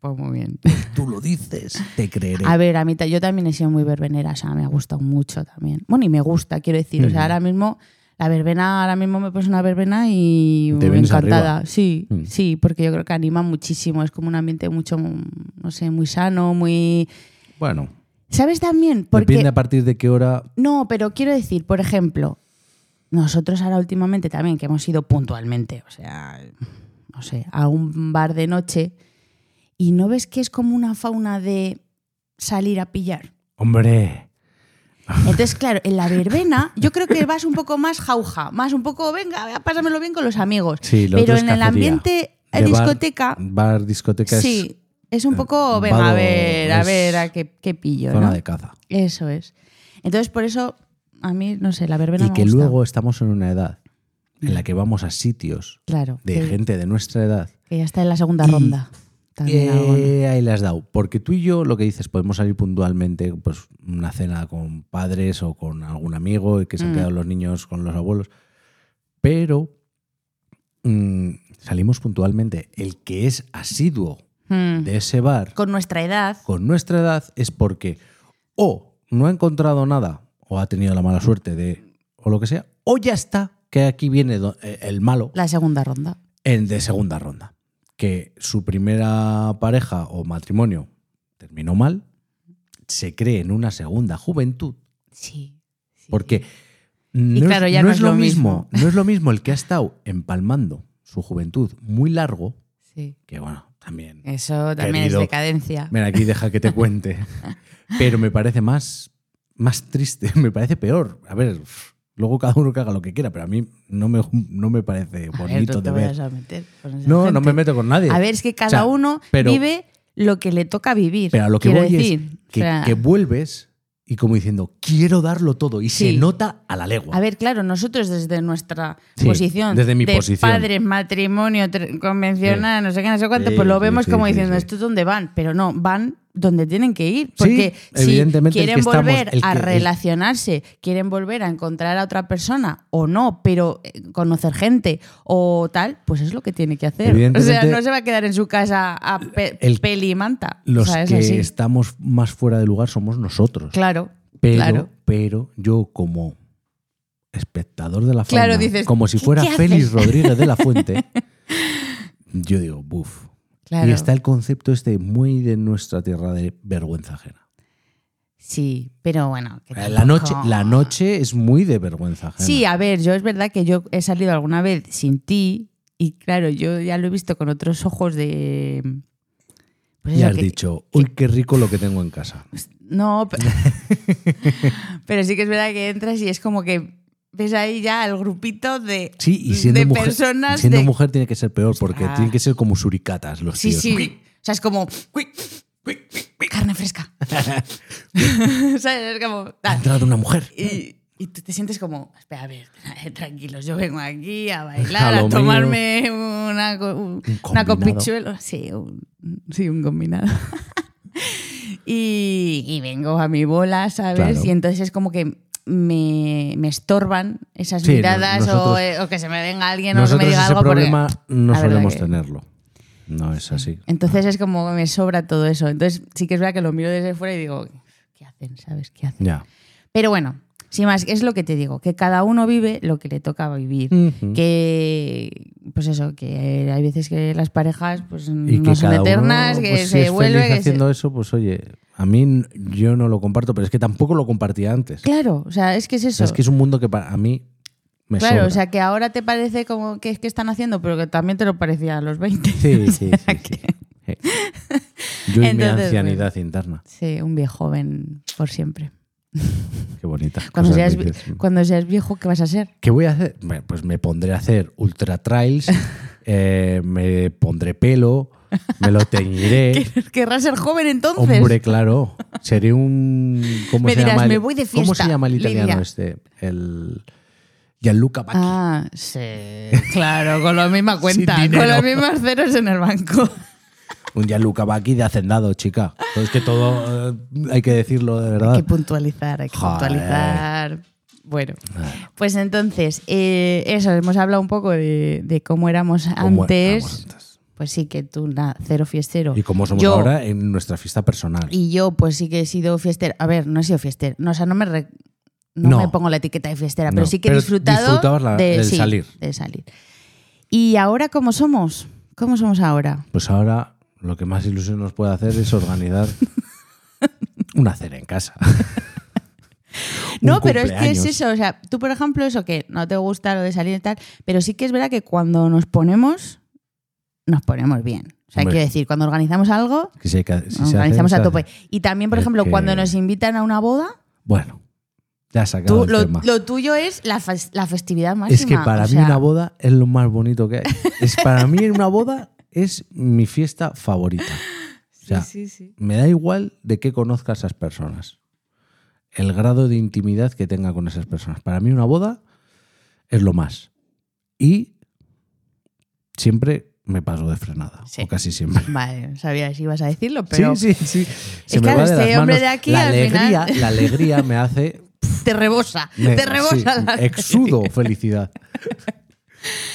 Speaker 3: Pues muy bien.
Speaker 2: Tú lo dices, te creeré.
Speaker 3: A ver, a mí ta- yo también he sido muy verbenera, o sea, me ha gustado mucho también. Bueno, y me gusta, quiero decir, o sea,
Speaker 2: Mm.
Speaker 3: ahora mismo la verbena, ahora mismo me pones una verbena y
Speaker 2: Te vienes
Speaker 3: encantada. Sí,
Speaker 2: Mm.
Speaker 3: sí, porque yo creo que anima muchísimo, es como un ambiente mucho, no sé, muy sano, muy...
Speaker 2: Bueno,
Speaker 3: ¿Sabes también? Porque...
Speaker 2: depende a partir de qué hora
Speaker 3: No, pero quiero decir, por ejemplo, nosotros ahora últimamente también, que hemos ido puntualmente, o sea, no sé, a un bar de noche, y no ves que es como una fauna de salir a pillar.
Speaker 2: Hombre,
Speaker 3: Entonces, claro, en la verbena yo creo que vas un poco más jauja, más un poco, venga, pásamelo bien con los amigos.
Speaker 2: Sí, lo
Speaker 3: Pero
Speaker 2: otro es
Speaker 3: en el
Speaker 2: cacería.
Speaker 3: ambiente
Speaker 2: de
Speaker 3: eh,
Speaker 2: bar-
Speaker 3: discoteca,
Speaker 2: bar, discoteca
Speaker 3: sí, es un poco, venga, a
Speaker 2: vado-
Speaker 3: ver, a
Speaker 2: es
Speaker 3: ver, a qué, qué pillo,
Speaker 2: es zona
Speaker 3: ¿no?
Speaker 2: de caza.
Speaker 3: Eso es. Entonces, por eso, a mí, no sé, la verbena
Speaker 2: Y
Speaker 3: me
Speaker 2: que
Speaker 3: gusta.
Speaker 2: luego estamos en una edad en la que vamos a sitios
Speaker 3: Claro.
Speaker 2: de
Speaker 3: que,
Speaker 2: gente de nuestra edad.
Speaker 3: que ya está en la segunda
Speaker 2: Y-
Speaker 3: ronda. También algo, ¿no?
Speaker 2: Eh, ahí le has dado. Porque tú y yo, lo que dices, podemos salir puntualmente, pues una cena con padres o con algún amigo y que se han
Speaker 3: Mm.
Speaker 2: quedado los niños con los abuelos. Pero mm, salimos puntualmente. El que es asiduo
Speaker 3: Mm.
Speaker 2: de ese bar
Speaker 3: Con nuestra edad.
Speaker 2: con nuestra edad es porque o no ha encontrado nada o ha tenido la mala suerte de o lo que sea, o ya está que aquí viene do- eh, el malo
Speaker 3: La segunda ronda.
Speaker 2: el de segunda ronda, que su primera pareja o matrimonio terminó mal, se cree en una segunda juventud,
Speaker 3: Sí. sí.
Speaker 2: porque no,
Speaker 3: claro,
Speaker 2: es,
Speaker 3: ya
Speaker 2: no es lo mismo, no es lo mismo el que ha estado empalmando su juventud muy largo,
Speaker 3: Sí.
Speaker 2: que bueno, también
Speaker 3: Eso también
Speaker 2: Querido.
Speaker 3: es decadencia.
Speaker 2: Mira, aquí deja que te cuente. Pero me parece más, más triste, me parece peor. A ver, luego cada uno que haga lo que quiera, pero a mí no me, no me parece
Speaker 3: A ver,
Speaker 2: bonito
Speaker 3: no te
Speaker 2: de ver.
Speaker 3: vayas a meter con esa
Speaker 2: No, no
Speaker 3: gente.
Speaker 2: me meto con nadie.
Speaker 3: A ver, es que cada
Speaker 2: O sea,
Speaker 3: uno
Speaker 2: pero-
Speaker 3: vive lo que le toca vivir.
Speaker 2: pero a lo que
Speaker 3: quiero
Speaker 2: voy
Speaker 3: decir.
Speaker 2: es que,
Speaker 3: O sea,
Speaker 2: que vuelves y como diciendo, quiero darlo todo. Y
Speaker 3: Sí.
Speaker 2: se nota a la legua.
Speaker 3: A ver, claro, nosotros desde nuestra
Speaker 2: Sí,
Speaker 3: posición,
Speaker 2: desde mi
Speaker 3: de
Speaker 2: posición.
Speaker 3: padres, matrimonio tr- convencional, no sé qué, no sé cuánto,
Speaker 2: Sí,
Speaker 3: pues lo
Speaker 2: sí,
Speaker 3: vemos
Speaker 2: sí,
Speaker 3: como
Speaker 2: sí,
Speaker 3: diciendo,
Speaker 2: sí.
Speaker 3: ¿estos dónde van? Pero no, van donde tienen que ir, porque si
Speaker 2: evidentemente, el
Speaker 3: quieren
Speaker 2: que estamos-
Speaker 3: volver
Speaker 2: el
Speaker 3: a
Speaker 2: que- el-
Speaker 3: relacionarse, quieren volver a encontrar a otra persona o no, pero eh, conocer gente o tal, pues es lo que tiene que hacer. O sea,
Speaker 2: Evidentemente,
Speaker 3: no se va a quedar en su casa a pe-
Speaker 2: el-
Speaker 3: peli y manta. o
Speaker 2: Los
Speaker 3: sea, es
Speaker 2: que
Speaker 3: así.
Speaker 2: estamos más fuera de lugar somos nosotros.
Speaker 3: Claro,
Speaker 2: pero,
Speaker 3: claro.
Speaker 2: pero yo como espectador de la fauna,
Speaker 3: Claro, dices,
Speaker 2: como si
Speaker 3: ¿qué-
Speaker 2: fuera
Speaker 3: qué haces?
Speaker 2: Félix Rodríguez de la Fuente, yo digo, buf.
Speaker 3: Claro.
Speaker 2: Y está el concepto este muy de nuestra tierra de vergüenza ajena.
Speaker 3: Sí, pero bueno. que
Speaker 2: La noche,
Speaker 3: tampoco-
Speaker 2: la noche es muy de vergüenza ajena.
Speaker 3: Sí, a ver, yo es verdad que yo he salido alguna vez sin ti y claro, yo ya lo he visto con otros ojos de... Pues
Speaker 2: y
Speaker 3: eso,
Speaker 2: has
Speaker 3: que-
Speaker 2: dicho, uy, qué rico lo que tengo en casa.
Speaker 3: No, pe- pero sí que es verdad que entras y es como que ves ahí ya al grupito de,
Speaker 2: Sí, y siendo,
Speaker 3: de
Speaker 2: mujer,
Speaker 3: personas...
Speaker 2: siendo
Speaker 3: de-
Speaker 2: mujer tiene que ser peor porque
Speaker 3: Ostras.
Speaker 2: tienen que ser como suricatas los
Speaker 3: Sí,
Speaker 2: tíos.
Speaker 3: sí. O sea, es como... Carne fresca. ¿Sabes? Es como...
Speaker 2: Ha
Speaker 3: tal.
Speaker 2: entrado una mujer.
Speaker 3: Y, y tú te sientes como, espera, a ver, tranquilos, yo vengo aquí a bailar,
Speaker 2: A
Speaker 3: a,
Speaker 2: lo
Speaker 3: tomarme una, co- un- una
Speaker 2: combinado.
Speaker 3: copichuelo. Sí, un, sí, un combinado. y, y vengo a mi bola, ¿sabes?
Speaker 2: Claro.
Speaker 3: Y entonces es como que me, me estorban esas
Speaker 2: Sí, no-
Speaker 3: miradas o-
Speaker 2: nosotros-
Speaker 3: eh, o, que se me venga alguien o que me
Speaker 2: Nosotros
Speaker 3: diga
Speaker 2: ese
Speaker 3: algo. porque-
Speaker 2: problema no
Speaker 3: la verdad
Speaker 2: solemos
Speaker 3: que-
Speaker 2: tenerlo. No es así.
Speaker 3: Entonces es como me sobra todo eso. Entonces sí que es verdad que lo miro desde fuera y digo, ¿qué hacen? ¿Sabes? ¿Qué hacen?
Speaker 2: Ya.
Speaker 3: Pero bueno, sin más, es lo que te digo, que cada uno vive lo que le toca vivir.
Speaker 2: Ujú.
Speaker 3: Que, pues eso, que hay veces que las parejas pues,
Speaker 2: y
Speaker 3: no
Speaker 2: que
Speaker 3: son
Speaker 2: cada uno,
Speaker 3: eternas, que
Speaker 2: pues, si
Speaker 3: se
Speaker 2: es
Speaker 3: vuelve.
Speaker 2: feliz
Speaker 3: que se-
Speaker 2: haciendo eso, pues oye, a mí n- yo no lo comparto, pero es que tampoco lo compartía antes.
Speaker 3: Claro, o sea, es que es
Speaker 2: O
Speaker 3: eso.
Speaker 2: sea, es que es un mundo que para a mí me
Speaker 3: claro,
Speaker 2: sobra.
Speaker 3: o sea, que ahora te parece como que es que están haciendo, pero que también te lo parecía a los 20.
Speaker 2: sí, sí, sí, sí. Sí. Yo y mi
Speaker 3: Entonces,
Speaker 2: ancianidad interna.
Speaker 3: Sí, un viejo joven por siempre.
Speaker 2: Qué bonita.
Speaker 3: Cuando
Speaker 2: Cosas
Speaker 3: seas, vi-
Speaker 2: dices. mm.
Speaker 3: cuando seas viejo, ¿qué vas a ser?
Speaker 2: ¿Qué voy a hacer? Me- Pues me pondré a hacer ultra trails, eh, me pondré pelo, Me lo teñiré.
Speaker 3: Querrás ser joven entonces.
Speaker 2: Hombre, claro. Seré un. ¿Cómo
Speaker 3: Me
Speaker 2: se
Speaker 3: dirás,
Speaker 2: llama? el-
Speaker 3: "Me voy de
Speaker 2: ¿Cómo se
Speaker 3: fiesta,
Speaker 2: llama el italiano
Speaker 3: Lidia".
Speaker 2: este? El. Gianluca Vacchi.
Speaker 3: Ah, sí. Claro, con la misma cuenta,
Speaker 2: Sin dinero.
Speaker 3: con los mismos ceros en el banco.
Speaker 2: Un Gianluca Vacchi de hacendado, chica. Es que todo eh, hay que decirlo de verdad.
Speaker 3: Hay que puntualizar, hay que
Speaker 2: Ah. Joder. Ah.
Speaker 3: puntualizar. Bueno, pues entonces, eh, eso, hemos hablado un poco de, de cómo éramos
Speaker 2: Como
Speaker 3: antes.
Speaker 2: éramos antes.
Speaker 3: Pues sí, que tú, nada, cero fiestero.
Speaker 2: Y como somos
Speaker 3: Yo-
Speaker 2: ahora en nuestra fiesta personal.
Speaker 3: Y yo, pues sí que he sido fiestera. A ver, no he sido fiestera. No, o sea, no me, re- no
Speaker 2: No.
Speaker 3: me pongo la etiqueta de fiestera,
Speaker 2: No,
Speaker 3: pero sí que he
Speaker 2: pero
Speaker 3: disfrutado
Speaker 2: disfrutabas la- del
Speaker 3: sí,
Speaker 2: salir.
Speaker 3: de salir. ¿Y ahora cómo somos? ¿Cómo somos ahora?
Speaker 2: Pues ahora lo que más ilusión nos puede hacer es organizar una cena en casa. Un
Speaker 3: No, pero es que es
Speaker 2: cumpleaños.
Speaker 3: eso. O sea, tú, por ejemplo, eso que no te gusta lo de salir y tal, pero sí que es verdad que cuando nos ponemos, nos ponemos bien. O sea,
Speaker 2: Hombre.
Speaker 3: quiero decir, cuando organizamos algo,
Speaker 2: Que si hay que- si se
Speaker 3: nos
Speaker 2: hace,
Speaker 3: organizamos
Speaker 2: se
Speaker 3: a
Speaker 2: hace.
Speaker 3: tope. Y también, por
Speaker 2: Es
Speaker 3: ejemplo,
Speaker 2: que-
Speaker 3: cuando nos invitan a una boda,
Speaker 2: Bueno, ya has
Speaker 3: tú-
Speaker 2: sacado el
Speaker 3: lo,
Speaker 2: tema.
Speaker 3: lo tuyo es la, fes- la festividad máxima.
Speaker 2: es que para
Speaker 3: o
Speaker 2: mí
Speaker 3: sea,
Speaker 2: una boda es lo más bonito que hay. Es para mí en una boda es mi fiesta favorita. O sea,
Speaker 3: sí, sí.
Speaker 2: me da igual de qué conozca a esas personas. El grado de intimidad que tenga con esas personas. Para mí una boda es lo más. Y siempre me paso de frenada.
Speaker 3: Sí.
Speaker 2: O casi siempre.
Speaker 3: Vale, no sabía si ibas a decirlo, pero
Speaker 2: sí, sí, sí. Se
Speaker 3: claro,
Speaker 2: de
Speaker 3: este
Speaker 2: las
Speaker 3: hombre
Speaker 2: manos.
Speaker 3: de aquí,
Speaker 2: la
Speaker 3: al
Speaker 2: alegría,
Speaker 3: final-
Speaker 2: la alegría me hace
Speaker 3: te rebosa,
Speaker 2: me-
Speaker 3: te rebosa.
Speaker 2: sí,
Speaker 3: la-
Speaker 2: Exudo felicidad.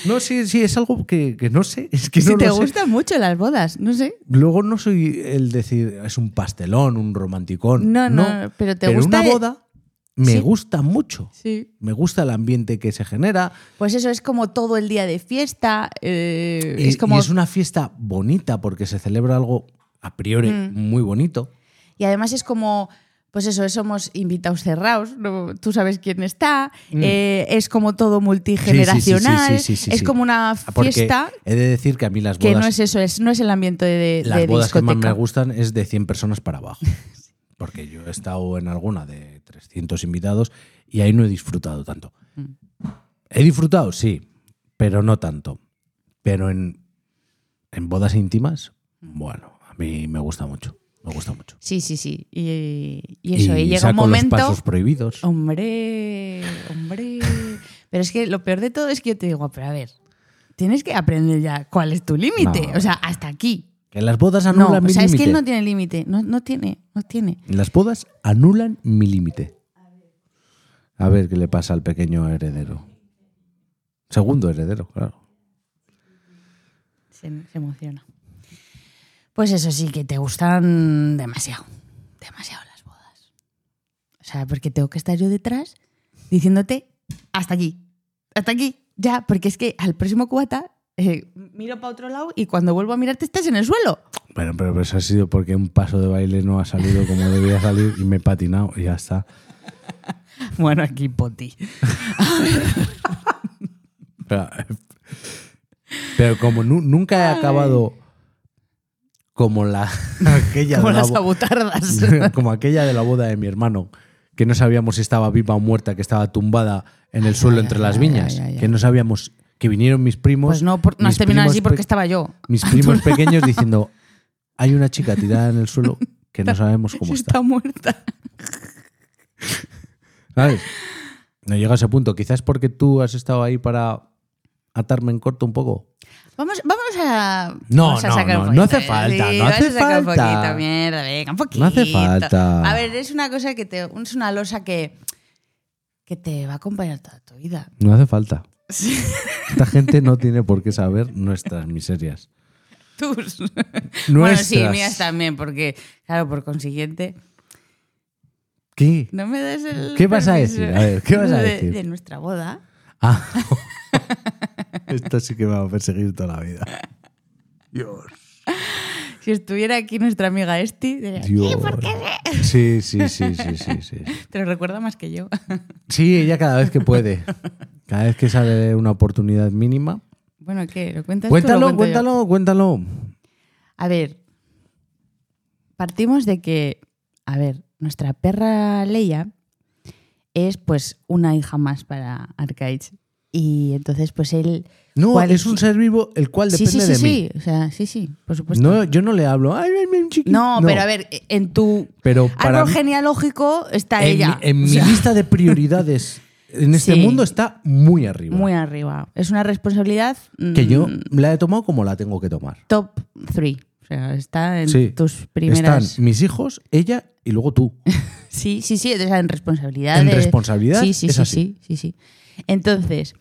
Speaker 2: No, sí, sí, es algo que, que no sé. Es que
Speaker 3: Si
Speaker 2: no
Speaker 3: te
Speaker 2: lo sé.
Speaker 3: gustan mucho las bodas, no sé.
Speaker 2: Luego no soy el decir, es un pastelón, un romanticón.
Speaker 3: No, no, pero te gusta
Speaker 2: una
Speaker 3: el-
Speaker 2: boda me
Speaker 3: Sí.
Speaker 2: gusta mucho.
Speaker 3: Sí.
Speaker 2: Me gusta el ambiente que se genera.
Speaker 3: Pues eso es como todo el día de fiesta. eh,
Speaker 2: Y-
Speaker 3: es como.
Speaker 2: y es una fiesta bonita porque se celebra algo a priori
Speaker 3: Mm.
Speaker 2: muy bonito.
Speaker 3: Y además es como, pues eso, somos invitados cerrados, no- tú sabes quién está,
Speaker 2: Mm.
Speaker 3: eh, es como todo
Speaker 2: Sí,
Speaker 3: multigeneracional,
Speaker 2: sí, sí, sí, sí, sí,
Speaker 3: es
Speaker 2: sí. Ah,
Speaker 3: como una
Speaker 2: Porque
Speaker 3: fiesta
Speaker 2: he de decir que a mí las
Speaker 3: que
Speaker 2: bodas,
Speaker 3: no es eso, es, no es el ambiente de,
Speaker 2: las
Speaker 3: de
Speaker 2: bodas que más me
Speaker 3: discoteca.
Speaker 2: gustan es de 100 personas para abajo. Porque yo he estado en alguna de 300 invitados y ahí no he disfrutado tanto.
Speaker 3: Mm.
Speaker 2: He disfrutado, sí, pero no tanto. Pero en, en bodas íntimas, bueno, a mí me gusta mucho. Me gusta mucho.
Speaker 3: Sí, sí, sí. Y, y eso, y, llega un
Speaker 2: saco
Speaker 3: momento. Oh.
Speaker 2: los pasos prohibidos.
Speaker 3: Hombre, hombre. Pero es que lo peor de todo es que yo te digo, pero a ver, tienes que aprender ya cuál es tu límite.
Speaker 2: No.
Speaker 3: O sea, hasta aquí.
Speaker 2: Que las bodas
Speaker 3: No,
Speaker 2: anulan
Speaker 3: o
Speaker 2: mi
Speaker 3: sea, es que
Speaker 2: límite.
Speaker 3: él no tiene límite. No, no tiene, no tiene.
Speaker 2: Las bodas anulan mi límite. A ver qué le pasa al pequeño heredero. Segundo heredero, claro.
Speaker 3: Se, se emociona. Pues eso sí, que te gustan demasiado. Demasiado las bodas. O sea, porque tengo que estar yo detrás diciéndote hasta aquí. Hasta aquí. Ya, porque es que al próximo cubata eh, miro para otro lado y cuando vuelvo a mirarte estás en el suelo.
Speaker 2: Bueno, pero eso ha sido porque un paso de baile no ha salido como debía salir y me he patinado y ya está.
Speaker 3: Bueno, aquí poti.
Speaker 2: Pero, pero como nu- nunca he acabado como la aquella
Speaker 3: Como
Speaker 2: de la
Speaker 3: las
Speaker 2: bo-
Speaker 3: abutardas.
Speaker 2: como aquella de la boda de mi hermano, que no sabíamos si estaba viva o muerta, que estaba tumbada en el suelo
Speaker 3: ay,
Speaker 2: entre
Speaker 3: ay,
Speaker 2: las
Speaker 3: ay,
Speaker 2: viñas,
Speaker 3: ay, ay, ay.
Speaker 2: que no sabíamos que vinieron mis primos.
Speaker 3: Pues no, por- no
Speaker 2: mis
Speaker 3: has terminado
Speaker 2: primos
Speaker 3: así
Speaker 2: pe-
Speaker 3: porque estaba yo.
Speaker 2: Mis primos pequeños diciendo, hay una chica tirada en el suelo que no sabemos cómo está.
Speaker 3: Está muerta.
Speaker 2: ¿Sabes? No llega a ese punto. Quizás porque tú has estado ahí para atarme en corto un poco.
Speaker 3: Vamos, vamos a.
Speaker 2: No,
Speaker 3: vamos a
Speaker 2: no,
Speaker 3: sacar
Speaker 2: no,
Speaker 3: un poquito,
Speaker 2: no hace
Speaker 3: ¿eh?
Speaker 2: falta,
Speaker 3: Sí,
Speaker 2: no
Speaker 3: vamos
Speaker 2: hace
Speaker 3: a sacar
Speaker 2: falta.
Speaker 3: Un poquito, mierda, venga, un poquito.
Speaker 2: No hace falta.
Speaker 3: A ver, es una cosa que te. Es una losa que. que te va a acompañar toda tu vida.
Speaker 2: No hace falta. Esta gente no tiene por qué saber nuestras miserias.
Speaker 3: Tus. Bueno,
Speaker 2: Nuestras.
Speaker 3: sí, mías también, porque. Claro, por consiguiente.
Speaker 2: ¿Qué?
Speaker 3: No me des el.
Speaker 2: ¿Qué vas a
Speaker 3: permiso
Speaker 2: decir? A ver, ¿qué vas a
Speaker 3: de-
Speaker 2: decir?
Speaker 3: de nuestra boda.
Speaker 2: Ah. Esto sí que me va a perseguir toda la vida. Dios.
Speaker 3: Si estuviera aquí nuestra amiga Esti, diría,
Speaker 2: Dios. Sí, sí, sí, sí, sí, sí.
Speaker 3: te lo recuerda más que yo.
Speaker 2: Sí, ella cada vez que puede. Cada vez que sale una oportunidad mínima.
Speaker 3: Bueno, ¿qué? ¿Lo cuentas tú o lo
Speaker 2: Cuéntalo,
Speaker 3: cuento
Speaker 2: cuéntalo,
Speaker 3: yo?
Speaker 2: cuéntalo.
Speaker 3: A ver, partimos de que, a ver, nuestra perra Leia es pues una hija más para Arcaich. Y entonces, pues él.
Speaker 2: No,
Speaker 3: cual-
Speaker 2: es un ser vivo el cual
Speaker 3: Sí,
Speaker 2: depende
Speaker 3: sí, sí,
Speaker 2: de
Speaker 3: sí.
Speaker 2: mí.
Speaker 3: O sea, sí, sí, por supuesto.
Speaker 2: No, yo no le hablo. "Ay, ven, ven, chiqui".
Speaker 3: No, pero a ver, en tu
Speaker 2: Pero para
Speaker 3: árbol
Speaker 2: mí-
Speaker 3: genealógico está
Speaker 2: en,
Speaker 3: ella.
Speaker 2: mi- en
Speaker 3: O
Speaker 2: mi
Speaker 3: sea,
Speaker 2: lista de prioridades en este
Speaker 3: Sí.
Speaker 2: mundo está muy arriba.
Speaker 3: Muy arriba. Es una responsabilidad. mm,
Speaker 2: que yo la he tomado como la tengo que tomar.
Speaker 3: Top 3. O sea, está en
Speaker 2: Sí,
Speaker 3: tus primeras.
Speaker 2: Están mis hijos, ella y luego tú.
Speaker 3: Sí, sí, sí, o sea, en responsabilidad.
Speaker 2: En
Speaker 3: de-
Speaker 2: responsabilidad,
Speaker 3: Sí, sí,
Speaker 2: es
Speaker 3: sí,
Speaker 2: así.
Speaker 3: sí, sí, sí. Entonces,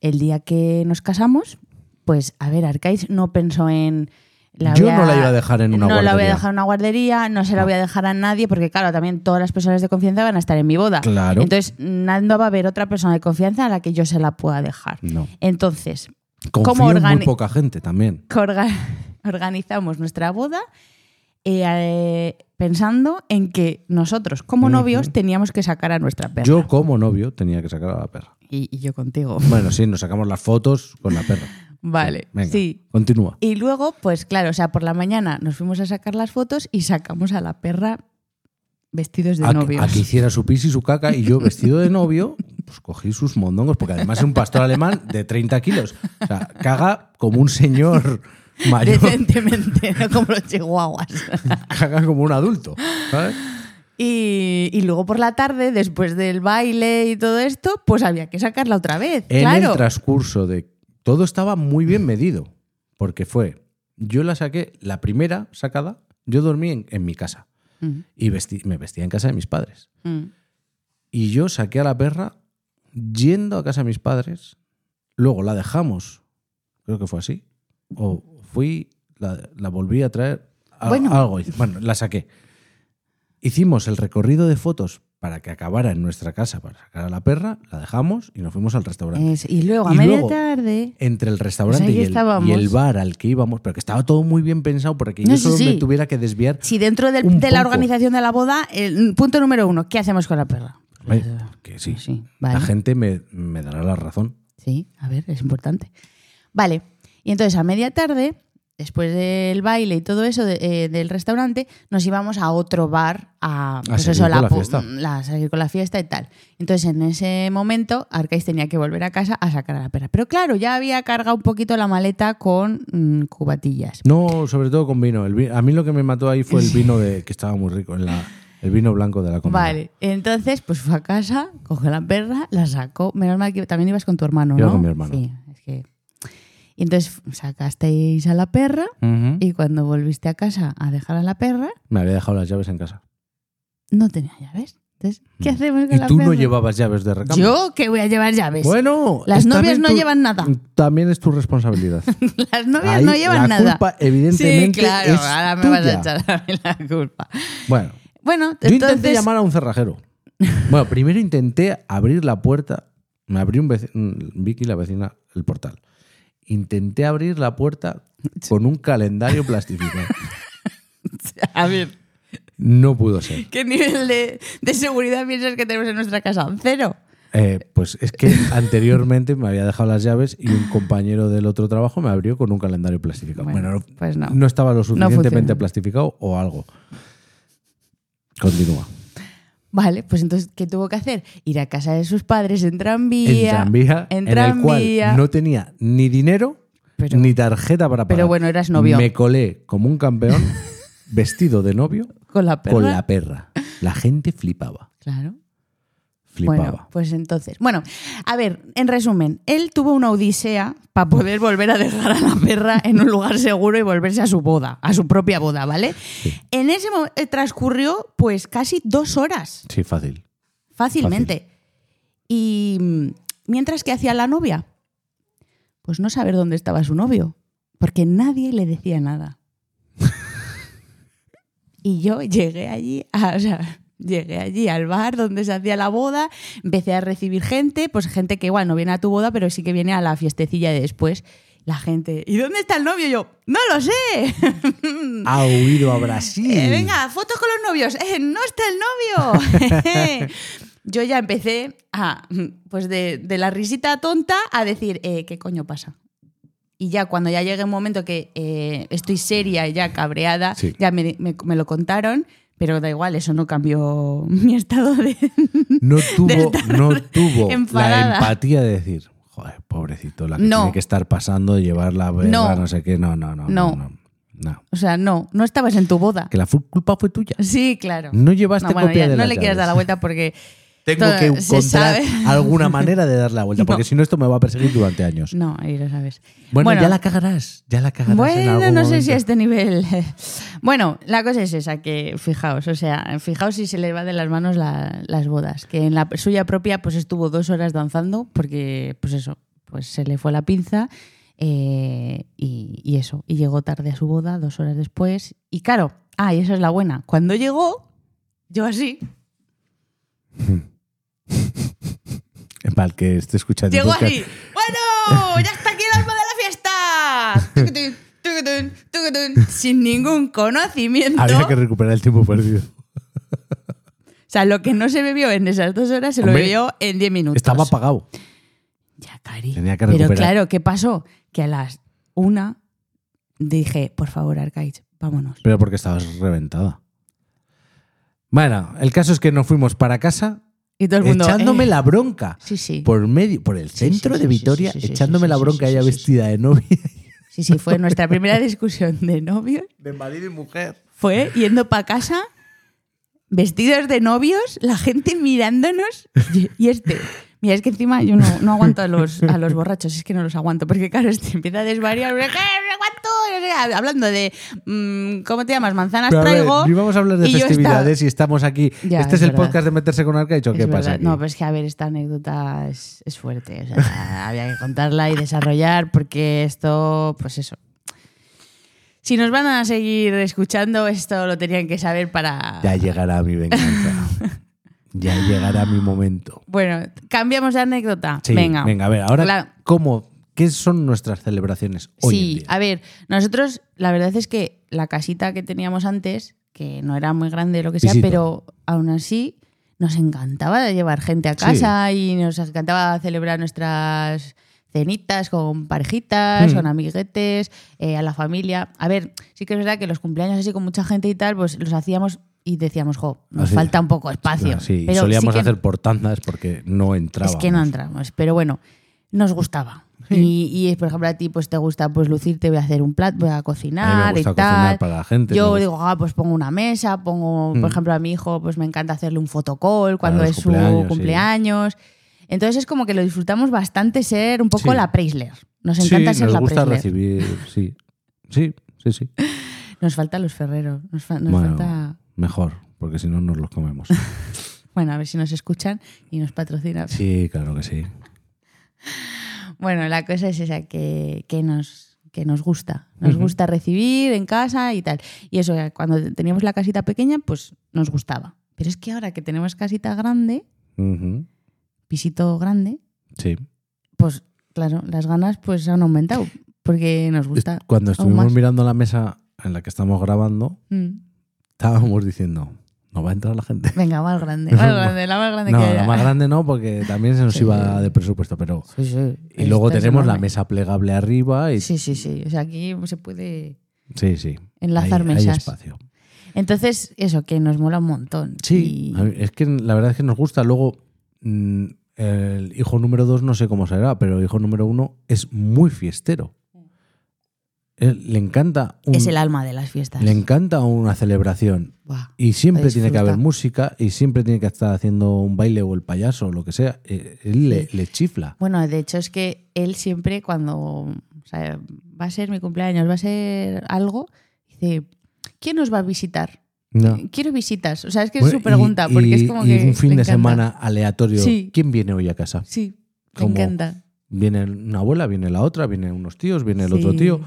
Speaker 3: el día que nos casamos, pues, a ver, Arcais no pensó en.
Speaker 2: Yo no la iba a dejar en una
Speaker 3: no la voy a
Speaker 2: guardería.
Speaker 3: dejar en una guardería, no se la voy a dejar a nadie, porque claro, también todas las personas de confianza van a estar en mi boda.
Speaker 2: Claro.
Speaker 3: Entonces, na- no va a haber otra persona de confianza a la que yo se la pueda dejar.
Speaker 2: No.
Speaker 3: Entonces,
Speaker 2: Confío
Speaker 3: ¿Cómo
Speaker 2: en
Speaker 3: organi-
Speaker 2: muy poca gente también.
Speaker 3: que orga- organizamos nuestra boda eh, eh, pensando en que nosotros, como novios, teníamos que sacar a nuestra perra.
Speaker 2: Yo como novio tenía que sacar a la perra.
Speaker 3: y, y yo contigo.
Speaker 2: Bueno, sí, nos sacamos las fotos con la perra.
Speaker 3: Vale,
Speaker 2: Venga,
Speaker 3: sí.
Speaker 2: continúa.
Speaker 3: Y luego, pues claro, o sea, por la mañana nos fuimos a sacar las fotos y sacamos a la perra vestidos de
Speaker 2: A,
Speaker 3: novios.
Speaker 2: a que hiciera su pis y su caca y yo vestido de novio, pues cogí sus mondongos, porque además es un pastor alemán de 30 kilos. O sea, caga como un señor mayor,
Speaker 3: Decentemente, no como los chihuahuas.
Speaker 2: caga como un adulto. ¿sabes?
Speaker 3: Y, y luego por la tarde, después del baile y todo esto, pues había que sacarla otra vez.
Speaker 2: En
Speaker 3: claro.
Speaker 2: el transcurso de... Todo estaba muy bien medido, porque fue... Yo la saqué, la primera sacada, yo dormí en, en mi casa
Speaker 3: Mm,
Speaker 2: y vestí- me vestía en casa de mis padres.
Speaker 3: mm.
Speaker 2: Y yo saqué a la perra yendo a casa de mis padres. Luego la dejamos. Creo que fue así. O fui, la, la volví a traer. a-
Speaker 3: Bueno.
Speaker 2: Algo. hice. Bueno, la saqué. Hicimos el recorrido de fotos para que acabara en nuestra casa para sacar a la perra. La dejamos y nos fuimos al restaurante.
Speaker 3: Eso, Y luego a
Speaker 2: Y
Speaker 3: media
Speaker 2: luego-
Speaker 3: tarde.
Speaker 2: Entre el restaurante
Speaker 3: Pues ahí
Speaker 2: y, el, y el
Speaker 3: estábamos.
Speaker 2: bar al que íbamos, pero que estaba todo muy bien pensado porque
Speaker 3: No,
Speaker 2: yo
Speaker 3: sí,
Speaker 2: solo me
Speaker 3: sí.
Speaker 2: tuviera que desviar.
Speaker 3: Si dentro del-
Speaker 2: Un
Speaker 3: de la
Speaker 2: poco.
Speaker 3: organización de la boda, el punto número uno, ¿qué hacemos con la perra?
Speaker 2: Hombre, que sí.
Speaker 3: Sí, vale.
Speaker 2: La gente me, me dará la razón.
Speaker 3: Sí, a ver, es importante. Vale, y entonces a media tarde, después del baile y todo eso de- eh, del restaurante, nos íbamos a otro bar a, pues
Speaker 2: seguir
Speaker 3: eso,
Speaker 2: con la
Speaker 3: pu-
Speaker 2: fiesta.
Speaker 3: la- a seguir con la fiesta y tal. Entonces en ese momento Arcais tenía que volver a casa a sacar a la perra. Pero claro, ya había cargado un poquito la maleta con mm, cubatillas.
Speaker 2: No, sobre todo con vino. El vi- a mí lo que me mató ahí fue el vino de que estaba muy rico, en la- el vino blanco de la comida.
Speaker 3: Vale, entonces pues fue a casa, cogió la perra, la sacó. Menos mal que también ibas con tu hermano,
Speaker 2: Iba
Speaker 3: ¿no?
Speaker 2: con mi hermano.
Speaker 3: Sí, es que... Y entonces sacasteis a la perra
Speaker 2: Ujú.
Speaker 3: y cuando volviste a casa a dejar a la perra,
Speaker 2: Me había dejado las llaves en casa.
Speaker 3: no tenía llaves. Entonces, ¿qué hacemos con
Speaker 2: Mm. Y
Speaker 3: la
Speaker 2: tú
Speaker 3: perra?
Speaker 2: no llevabas llaves de recambio.
Speaker 3: ¿Yo que voy a llevar llaves?
Speaker 2: Pues, Bueno,
Speaker 3: Las
Speaker 2: es
Speaker 3: novias
Speaker 2: también
Speaker 3: no llevan nada.
Speaker 2: También es tu responsabilidad.
Speaker 3: Las novias
Speaker 2: Ahí
Speaker 3: no
Speaker 2: la
Speaker 3: llevan nada.
Speaker 2: culpa, evidentemente,
Speaker 3: sí, claro,
Speaker 2: es
Speaker 3: ahora me vas
Speaker 2: tuya.
Speaker 3: a echar a mí la culpa.
Speaker 2: Bueno,
Speaker 3: Bueno,
Speaker 2: yo intenté
Speaker 3: entonces...
Speaker 2: llamar a un cerrajero. Bueno, primero intenté abrir la puerta. Me abrió un veci- mm, Vicky, la vecina, el portal. Intenté abrir la puerta con un calendario plastificado.
Speaker 3: A ver,
Speaker 2: No pudo ser.
Speaker 3: ¿qué nivel de, de seguridad piensas que tenemos en nuestra casa? Cero.
Speaker 2: Eh, pues es que anteriormente me había dejado las llaves y un compañero del otro trabajo me abrió con un calendario plastificado.
Speaker 3: Bueno,
Speaker 2: Bueno,
Speaker 3: pues no.
Speaker 2: estaba lo suficientemente
Speaker 3: funciona.
Speaker 2: plastificado o algo. Continúa.
Speaker 3: Vale, pues entonces, ¿qué tuvo que hacer? Ir a casa de sus padres en
Speaker 2: En
Speaker 3: tranvía.
Speaker 2: tranvía,
Speaker 3: en
Speaker 2: en, el
Speaker 3: tranvía.
Speaker 2: cual no tenía ni dinero
Speaker 3: Pero-
Speaker 2: ni tarjeta para pagar.
Speaker 3: pero bueno, eras novio.
Speaker 2: Me colé como un campeón vestido de novio
Speaker 3: Con la perra.
Speaker 2: con la perra. La gente flipaba.
Speaker 3: Claro.
Speaker 2: Flipaba.
Speaker 3: Bueno, pues entonces. Bueno, a ver, en resumen, él tuvo una odisea para poder volver a dejar a la perra en un lugar seguro y volverse a su boda, a su propia boda, ¿vale? En ese momento transcurrió pues casi dos horas,
Speaker 2: Sí, fácil.
Speaker 3: fácilmente. Y mm, mientras que hacía la novia, pues no saber dónde estaba su novio, porque nadie le decía nada. y yo llegué allí, a- o sea, llegué allí al bar donde se hacía la boda, empecé a recibir gente, pues gente que igual no viene a tu boda, pero sí que viene a la fiestecilla de después. La gente, ¿y dónde está el novio? Yo, no lo sé.
Speaker 2: Ha huido a Brasil.
Speaker 3: Eh, venga, fotos con los novios. Eh, no está el novio. Yo ya empecé a, pues de, de la risita tonta a decir, eh, ¿qué coño pasa? Y ya cuando ya llegue un momento que eh, estoy seria y ya cabreada,
Speaker 2: Sí.
Speaker 3: ya me, me- me lo contaron, pero da igual, eso no cambió mi estado de...
Speaker 2: no
Speaker 3: de
Speaker 2: tuvo,
Speaker 3: estar
Speaker 2: no tuvo la
Speaker 3: enfadada.
Speaker 2: empatía de decir, joder, pobrecito, la que
Speaker 3: No.
Speaker 2: tiene que estar pasando, llevar la verga,
Speaker 3: No.
Speaker 2: no. sé qué, no, no, no.
Speaker 3: No.
Speaker 2: No. no, no.
Speaker 3: O sea, no, no estabas en tu boda.
Speaker 2: Que la full culpa fue tuya.
Speaker 3: Sí, claro.
Speaker 2: No llevaste
Speaker 3: No, bueno,
Speaker 2: copia
Speaker 3: ya
Speaker 2: de
Speaker 3: no
Speaker 2: las
Speaker 3: le
Speaker 2: llaves.
Speaker 3: quieras dar la vuelta porque
Speaker 2: Tengo
Speaker 3: Todo
Speaker 2: que
Speaker 3: se
Speaker 2: encontrar
Speaker 3: sabe.
Speaker 2: alguna manera de dar la vuelta, porque
Speaker 3: No.
Speaker 2: si no esto me va a perseguir durante años.
Speaker 3: no, ahí lo sabes.
Speaker 2: Bueno, ya la cagarás, ya la cagarás. en
Speaker 3: Bueno, no
Speaker 2: algún
Speaker 3: sé si
Speaker 2: momento.
Speaker 3: a este nivel. Bueno, la cosa es esa, que fijaos, o sea, fijaos si se les va de las manos la- las bodas, que en la suya propia pues estuvo dos horas danzando porque, pues eso, pues se le fue la pinza eh, y, y eso, y llegó tarde a su boda, dos horas después, y claro, ah, y esa es la buena, cuando llegó, yo así,
Speaker 2: Para el que esté escuchando. el
Speaker 3: llegó
Speaker 2: podcast,
Speaker 3: así, bueno, ya está aquí el alma de la fiesta. Tucutun, tucutun, tucutun, Sin ningún conocimiento.
Speaker 2: Había que recuperar el tiempo perdido.
Speaker 3: O sea, lo que no se bebió en esas dos horas se lo
Speaker 2: Hombre,
Speaker 3: bebió en diez minutos.
Speaker 2: Estaba apagado.
Speaker 3: Ya, Cari.
Speaker 2: Tenía que
Speaker 3: Pero
Speaker 2: recuperar.
Speaker 3: claro, ¿qué pasó? Que a las una dije, por favor, Arcaich, vámonos.
Speaker 2: Pero porque estabas reventada. Bueno, el caso es que nos fuimos para casa
Speaker 3: Y todo el mundo.
Speaker 2: echándome
Speaker 3: eh,
Speaker 2: la bronca.
Speaker 3: Sí, sí.
Speaker 2: Por medio, por el
Speaker 3: Sí,
Speaker 2: centro
Speaker 3: sí,
Speaker 2: de
Speaker 3: sí, sí,
Speaker 2: Vitoria,
Speaker 3: sí, sí, sí,
Speaker 2: echándome
Speaker 3: sí,
Speaker 2: la
Speaker 3: sí,
Speaker 2: bronca
Speaker 3: sí,
Speaker 2: ella
Speaker 3: sí, sí.
Speaker 2: vestida de novia.
Speaker 3: Sí, sí, fue nuestra primera discusión de novios.
Speaker 2: De marido y mujer.
Speaker 3: Fue yendo para casa, vestidos de novios, la gente mirándonos. Y, y este. Mira, es que encima yo no, no aguanto a los, a los borrachos, es que no los aguanto, porque claro, este empieza a desvariar, "¡Eh, no aguanto! no sé qué", Hablando de, mm, ¿cómo te llamas? Manzanas
Speaker 2: Pero a ver,
Speaker 3: traigo.
Speaker 2: no íbamos a hablar de
Speaker 3: y yo
Speaker 2: festividades y estamos aquí.
Speaker 3: Ya,
Speaker 2: este
Speaker 3: es
Speaker 2: es el
Speaker 3: verdad.
Speaker 2: podcast de meterse con arca. ¿o
Speaker 3: Es
Speaker 2: qué pasa?
Speaker 3: verdad.
Speaker 2: aquí?
Speaker 3: No, pues pero es que, a ver, esta anécdota es, es fuerte. o sea, había que contarla y desarrollar porque esto, pues eso. Si nos van a seguir escuchando, esto lo tenían que saber para...
Speaker 2: Ya llegará mi venganza. ya llegará mi momento.
Speaker 3: Bueno, cambiamos de anécdota.
Speaker 2: Sí,
Speaker 3: venga.
Speaker 2: venga. a ver, ahora,
Speaker 3: Claro.
Speaker 2: ¿cómo? ¿Qué son nuestras celebraciones hoy
Speaker 3: sí,
Speaker 2: en día?
Speaker 3: a ver, nosotros la verdad es que la casita que teníamos antes, que no era muy grande lo que sea,
Speaker 2: Pisito.
Speaker 3: pero aún así nos encantaba llevar gente a casa y nos encantaba celebrar nuestras cenitas con parejitas,
Speaker 2: Hmm.
Speaker 3: con amiguetes, eh, a la familia. A ver, sí que es verdad que los cumpleaños así con mucha gente y tal, pues los hacíamos y decíamos, jo, nos
Speaker 2: Así.
Speaker 3: falta un poco de espacio.
Speaker 2: Ah, sí, y
Speaker 3: Pero sí
Speaker 2: solíamos
Speaker 3: que-
Speaker 2: hacer portandas porque no entraba.
Speaker 3: es que no entramos, pero bueno, nos gustaba. Y, y, por ejemplo, a ti pues te gusta pues lucirte, voy a hacer un plato, voy a cocinar
Speaker 2: gusta
Speaker 3: y tal.
Speaker 2: cocinar para la gente.
Speaker 3: Yo
Speaker 2: me Mm.
Speaker 3: digo, ah, pues pongo una mesa, pongo, por ejemplo, a mi hijo, pues me encanta hacerle un fotocall cuando
Speaker 2: los
Speaker 3: es
Speaker 2: cumpleaños,
Speaker 3: su
Speaker 2: sí.
Speaker 3: cumpleaños. Entonces es como que lo disfrutamos bastante ser un poco
Speaker 2: Sí.
Speaker 3: la Preisler. Nos
Speaker 2: Sí,
Speaker 3: encanta ser
Speaker 2: nos
Speaker 3: la
Speaker 2: gusta
Speaker 3: Preisler.
Speaker 2: recibir, sí. Sí, sí, sí.
Speaker 3: Nos falta los Ferreros. Nos, fa- nos
Speaker 2: Bueno.
Speaker 3: falta.
Speaker 2: Mejor, porque si no nos los comemos.
Speaker 3: Bueno, a ver si nos escuchan y nos patrocinan.
Speaker 2: Sí, claro que sí.
Speaker 3: Bueno, la cosa es esa que, que nos, que nos gusta. Nos gusta recibir en casa y tal. Y eso, cuando teníamos la casita pequeña, pues nos gustaba. Pero es que ahora que tenemos casita grande,
Speaker 2: Ujú,
Speaker 3: pisito grande,
Speaker 2: Sí.
Speaker 3: pues claro, las ganas pues han aumentado. Porque nos gusta.
Speaker 2: Cuando estuvimos
Speaker 3: más.
Speaker 2: mirando la mesa en la que estamos grabando,
Speaker 3: Mm.
Speaker 2: estábamos diciendo, no va a entrar la gente.
Speaker 3: Venga, más grande, más grande, la más grande
Speaker 2: No,
Speaker 3: que
Speaker 2: la
Speaker 3: haya.
Speaker 2: más grande no, porque también se nos
Speaker 3: Sí.
Speaker 2: iba de presupuesto, pero...
Speaker 3: Sí, sí.
Speaker 2: Y luego
Speaker 3: Esta es
Speaker 2: tenemos la
Speaker 3: enorme.
Speaker 2: mesa plegable arriba y... Sí,
Speaker 3: Sí, sí, sí. O sea, aquí se puede
Speaker 2: sí.
Speaker 3: enlazar
Speaker 2: Hay- hay
Speaker 3: mesas.
Speaker 2: espacio.
Speaker 3: Entonces, eso, que nos mola un montón.
Speaker 2: Sí,
Speaker 3: Y-
Speaker 2: a mí- es que la verdad es que nos gusta. Luego, mm, el hijo número dos no sé cómo será, pero el hijo número uno es muy fiestero. Él- le encanta un-
Speaker 3: es el alma de las fiestas.
Speaker 2: le encanta una celebración
Speaker 3: Buah.
Speaker 2: y siempre
Speaker 3: Lo
Speaker 2: tiene que
Speaker 3: disfruta.
Speaker 2: haber música y siempre tiene que estar haciendo un baile o el payaso o lo que sea. Eh, Él le, le chifla.
Speaker 3: Bueno, de hecho es que él siempre cuando o sea, va a ser mi cumpleaños, va a ser algo, dice, ¿quién nos va a visitar?
Speaker 2: No.
Speaker 3: Quiero visitas. O sea, es que
Speaker 2: Bueno,
Speaker 3: es su pregunta, porque
Speaker 2: y-
Speaker 3: es como
Speaker 2: y
Speaker 3: que...
Speaker 2: un fin
Speaker 3: le
Speaker 2: de
Speaker 3: encanta.
Speaker 2: semana aleatorio.
Speaker 3: Sí.
Speaker 2: ¿Quién viene hoy a casa?
Speaker 3: Sí, me
Speaker 2: Como
Speaker 3: encanta.
Speaker 2: Viene una abuela, viene la otra, vienen unos tíos, viene el otro
Speaker 3: Sí.
Speaker 2: tío,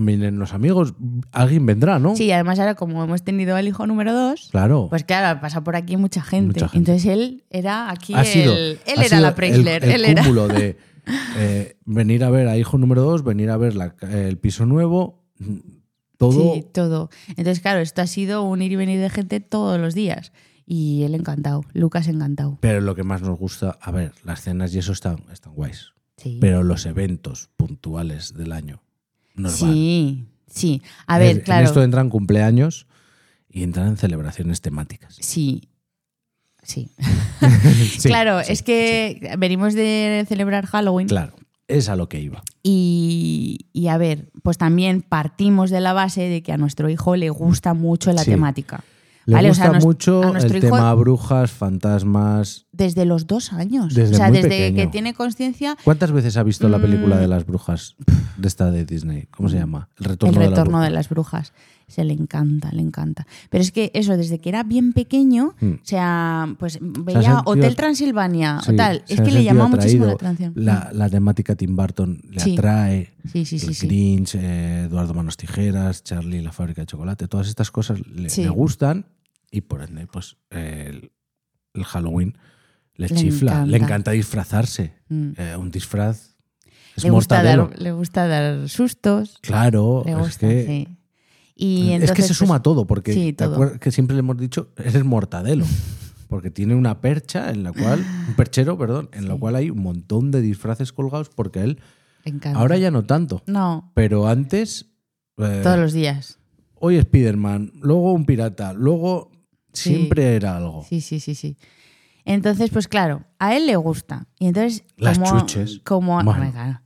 Speaker 2: vienen los amigos, alguien vendrá, ¿no?
Speaker 3: Sí, y además ahora como hemos tenido al hijo número dos,
Speaker 2: Claro.
Speaker 3: pues claro, pasa por aquí mucha gente.
Speaker 2: Mucha gente.
Speaker 3: Entonces él era aquí
Speaker 2: ha
Speaker 3: el...
Speaker 2: sido,
Speaker 3: él
Speaker 2: ha
Speaker 3: era
Speaker 2: sido
Speaker 3: la Preisler,
Speaker 2: el, el
Speaker 3: él era...
Speaker 2: cúmulo de eh, venir a ver a hijo número 2, venir a ver la- el piso nuevo, mm, todo.
Speaker 3: Sí, todo. Entonces, claro, esto ha sido un ir y venir de gente todos los días. Y él encantado, Lucas encantado.
Speaker 2: Pero lo que más nos gusta, a ver, las cenas y eso están, están guays.
Speaker 3: Sí.
Speaker 2: Pero los eventos puntuales del año nos van.
Speaker 3: Sí, sí. A
Speaker 2: En-
Speaker 3: ver,
Speaker 2: En
Speaker 3: claro.
Speaker 2: esto entran cumpleaños y entran celebraciones temáticas.
Speaker 3: Sí. Sí.
Speaker 2: Sí,
Speaker 3: claro,
Speaker 2: sí,
Speaker 3: es que venimos de celebrar Halloween
Speaker 2: Claro. Es a lo que iba.
Speaker 3: Y, y, a ver, pues también partimos de la base de que a nuestro hijo le gusta mucho la
Speaker 2: Sí.
Speaker 3: temática.
Speaker 2: Le
Speaker 3: ¿vale? O
Speaker 2: gusta
Speaker 3: sea, a nos- a
Speaker 2: mucho el
Speaker 3: nuestro hijo-
Speaker 2: tema brujas, fantasmas.
Speaker 3: Desde los dos años.
Speaker 2: Desde
Speaker 3: o sea,
Speaker 2: muy
Speaker 3: desde que
Speaker 2: pequeño.
Speaker 3: tiene conciencia,
Speaker 2: ¿Cuántas veces ha visto la película
Speaker 3: Mm.
Speaker 2: de las brujas de esta de Disney? ¿Cómo se llama? El
Speaker 3: el
Speaker 2: retorno,
Speaker 3: retorno de
Speaker 2: de, la
Speaker 3: las brujas. Se le encanta, le encanta. Pero es que eso, desde que era bien pequeño,
Speaker 2: Mm.
Speaker 3: o sea, pues veía
Speaker 2: sentido-
Speaker 3: Hotel Transilvania o Ah, tal. Es que le llamaba
Speaker 2: llamó
Speaker 3: muchísimo la atención. Mm.
Speaker 2: La, la temática Tim Burton le
Speaker 3: Sí.
Speaker 2: atrae.
Speaker 3: Sí, sí, sí,
Speaker 2: el
Speaker 3: sí.
Speaker 2: Grinch, eh, Eduardo Manos Tijeras, Charlie y la fábrica de chocolate. Todas estas cosas le,
Speaker 3: Sí.
Speaker 2: le gustan y por ende, pues eh, el, el Halloween le,
Speaker 3: Le
Speaker 2: chifla. Le
Speaker 3: encanta.
Speaker 2: encanta disfrazarse.
Speaker 3: Mm.
Speaker 2: Eh, un disfraz es
Speaker 3: Le gusta,
Speaker 2: mortadelo.
Speaker 3: dar, le gusta dar sustos.
Speaker 2: Claro,
Speaker 3: le
Speaker 2: es
Speaker 3: gusta,
Speaker 2: que
Speaker 3: sí. Y
Speaker 2: es que
Speaker 3: entonces,
Speaker 2: se suma
Speaker 3: pues,
Speaker 2: todo, porque
Speaker 3: sí,
Speaker 2: te
Speaker 3: todo.
Speaker 2: acuerdas que siempre le hemos dicho, eres mortadelo. Porque tiene una percha en la cual, un perchero, perdón, en la
Speaker 3: Sí.
Speaker 2: cual hay un montón de disfraces colgados porque a él,
Speaker 3: le encanta.
Speaker 2: ahora ya no tanto,
Speaker 3: No,
Speaker 2: pero antes, eh,
Speaker 3: todos los días.
Speaker 2: hoy Spider-Man, luego un pirata, luego
Speaker 3: Sí.
Speaker 2: siempre era algo.
Speaker 3: Sí, sí, sí, sí. Entonces, pues claro, a él le gusta. Y entonces,
Speaker 2: Las
Speaker 3: como,
Speaker 2: chuches.
Speaker 3: Como,
Speaker 2: Bueno.
Speaker 3: hombre, claro.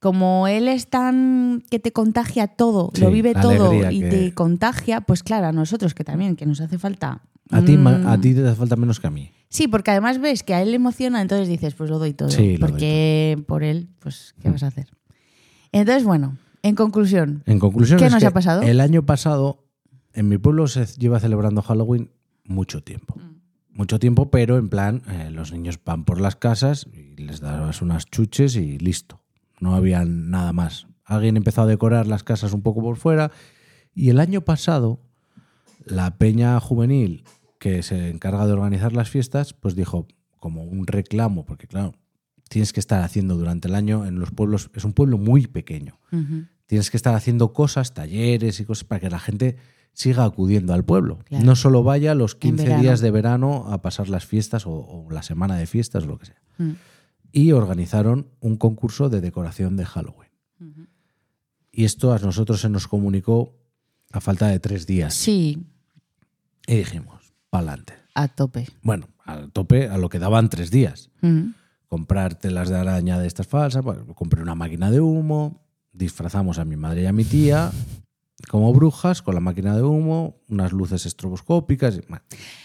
Speaker 3: como él es tan que te contagia todo,
Speaker 2: Sí,
Speaker 3: lo vive
Speaker 2: la
Speaker 3: todo
Speaker 2: alegría
Speaker 3: y
Speaker 2: que-
Speaker 3: te contagia, pues claro, a nosotros que también, que nos hace falta.
Speaker 2: A, ti, ma-
Speaker 3: mm,
Speaker 2: a ti te hace falta menos que a mí.
Speaker 3: Sí, porque además ves que a él le emociona, entonces dices, pues lo doy todo.
Speaker 2: Sí, lo doy Mm.
Speaker 3: porque por él, pues, ¿qué vas a hacer? Entonces, bueno, en conclusión,
Speaker 2: En conclusión,
Speaker 3: ¿Qué
Speaker 2: es
Speaker 3: nos
Speaker 2: que
Speaker 3: ha pasado?
Speaker 2: el año pasado en mi pueblo se lleva celebrando Halloween mucho tiempo.
Speaker 3: Mm.
Speaker 2: Mucho tiempo, pero en plan, eh, los niños van por las casas y les dabas unas chuches y listo. No había nada más. Alguien empezó a decorar las casas un poco por fuera. Y el año pasado, la peña juvenil que se encarga de organizar las fiestas, pues dijo como un reclamo, porque claro, tienes que estar haciendo durante el año en los pueblos, es un pueblo muy pequeño
Speaker 3: ujú,
Speaker 2: tienes que estar haciendo cosas, talleres y cosas para que la gente siga acudiendo al pueblo.
Speaker 3: Claro.
Speaker 2: No solo vaya los 15
Speaker 3: verano.
Speaker 2: días de verano a pasar las fiestas o, o la semana de fiestas o lo que sea.
Speaker 3: mm,
Speaker 2: Y organizaron un concurso de decoración de Halloween.
Speaker 3: ujú.
Speaker 2: Y esto a nosotros se nos comunicó a falta de tres días.
Speaker 3: sí,
Speaker 2: Y dijimos, pa'lante.
Speaker 3: a tope.
Speaker 2: Bueno, al tope a lo que daban tres días.
Speaker 3: Mm.
Speaker 2: comprar telas de araña de estas falsas, bueno, compré una máquina de humo, disfrazamos a mi madre y a mi tía como brujas con la máquina de humo, unas luces estroboscópicas. y- bueno,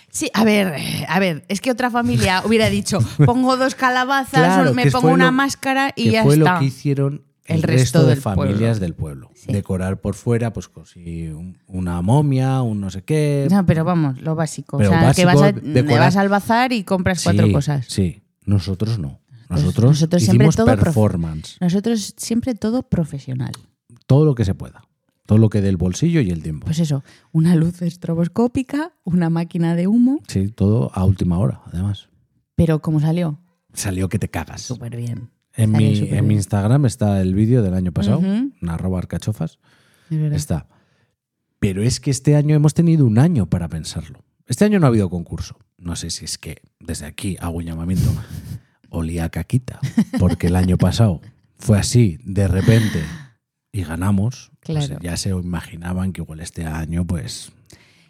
Speaker 3: Sí, a ver, eh, a ver, es que otra familia hubiera dicho, pongo dos calabazas,
Speaker 2: Claro,
Speaker 3: me
Speaker 2: que
Speaker 3: pongo
Speaker 2: fue
Speaker 3: una
Speaker 2: lo-
Speaker 3: máscara y
Speaker 2: que
Speaker 3: ya
Speaker 2: fue
Speaker 3: está.
Speaker 2: lo que hicieron el,
Speaker 3: El
Speaker 2: resto,
Speaker 3: resto
Speaker 2: de
Speaker 3: del
Speaker 2: familias
Speaker 3: pueblo.
Speaker 2: del pueblo.
Speaker 3: Sí.
Speaker 2: Decorar por fuera, pues cosí un- una momia, un no sé qué.
Speaker 3: O sea, pero vamos, lo básico.
Speaker 2: Pero
Speaker 3: o sea, que
Speaker 2: básico,
Speaker 3: vas, a-
Speaker 2: decorar-
Speaker 3: vas al bazar y compras cuatro
Speaker 2: Sí,
Speaker 3: cosas. Pues
Speaker 2: Sí, nosotros no. Nosotros,
Speaker 3: nosotros siempre
Speaker 2: hicimos
Speaker 3: todo profe-
Speaker 2: performance,
Speaker 3: Nosotros siempre todo profesional.
Speaker 2: todo lo que se pueda. Todo lo que del bolsillo y el tiempo.
Speaker 3: Pues eso, una luz estroboscópica, una máquina de humo,
Speaker 2: sí, todo a última hora, además.
Speaker 3: pero ¿cómo salió?
Speaker 2: Salió que te cagas.
Speaker 3: Súper bien.
Speaker 2: En,
Speaker 3: Salió
Speaker 2: mi,
Speaker 3: súper
Speaker 2: en mi
Speaker 3: bien.
Speaker 2: Instagram está el vídeo del año pasado,
Speaker 3: Ujú.
Speaker 2: en arroba arcachofas.
Speaker 3: Es verdad.
Speaker 2: Está. Pero es que este año hemos tenido un año para pensarlo. Este año no ha habido concurso. No sé si es que desde aquí hago un llamamiento. Olía a caquita, porque el año pasado fue así, de repente, y ganamos. Pues
Speaker 3: Claro.
Speaker 2: ya se imaginaban que igual este año, pues.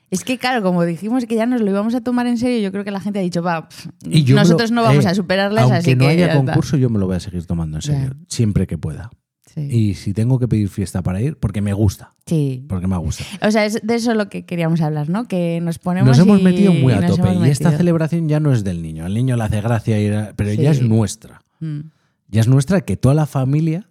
Speaker 3: Es que claro, como dijimos que ya nos lo íbamos a tomar en serio, yo creo que la gente ha dicho, va, pff,
Speaker 2: Y yo me lo-
Speaker 3: nosotros no vamos
Speaker 2: eh,
Speaker 3: a superarlas,
Speaker 2: aunque
Speaker 3: así
Speaker 2: no
Speaker 3: que
Speaker 2: haya
Speaker 3: ya está.
Speaker 2: concurso, yo me lo voy a seguir tomando en
Speaker 3: Ya.
Speaker 2: serio, siempre que pueda.
Speaker 3: Sí.
Speaker 2: Y si tengo que pedir fiesta para ir, porque me gusta,
Speaker 3: Sí.
Speaker 2: porque me gusta.
Speaker 3: O sea, es de eso lo que queríamos hablar, ¿no? Que nos ponemos.
Speaker 2: Nos hemos
Speaker 3: y-
Speaker 2: metido muy
Speaker 3: y
Speaker 2: a
Speaker 3: nos
Speaker 2: tope.
Speaker 3: hemos
Speaker 2: Y esta
Speaker 3: metido.
Speaker 2: celebración ya no es del niño. Al niño le hace gracia ir a- Pero
Speaker 3: Sí.
Speaker 2: ya es nuestra.
Speaker 3: Mm.
Speaker 2: Ya es nuestra que toda la familia,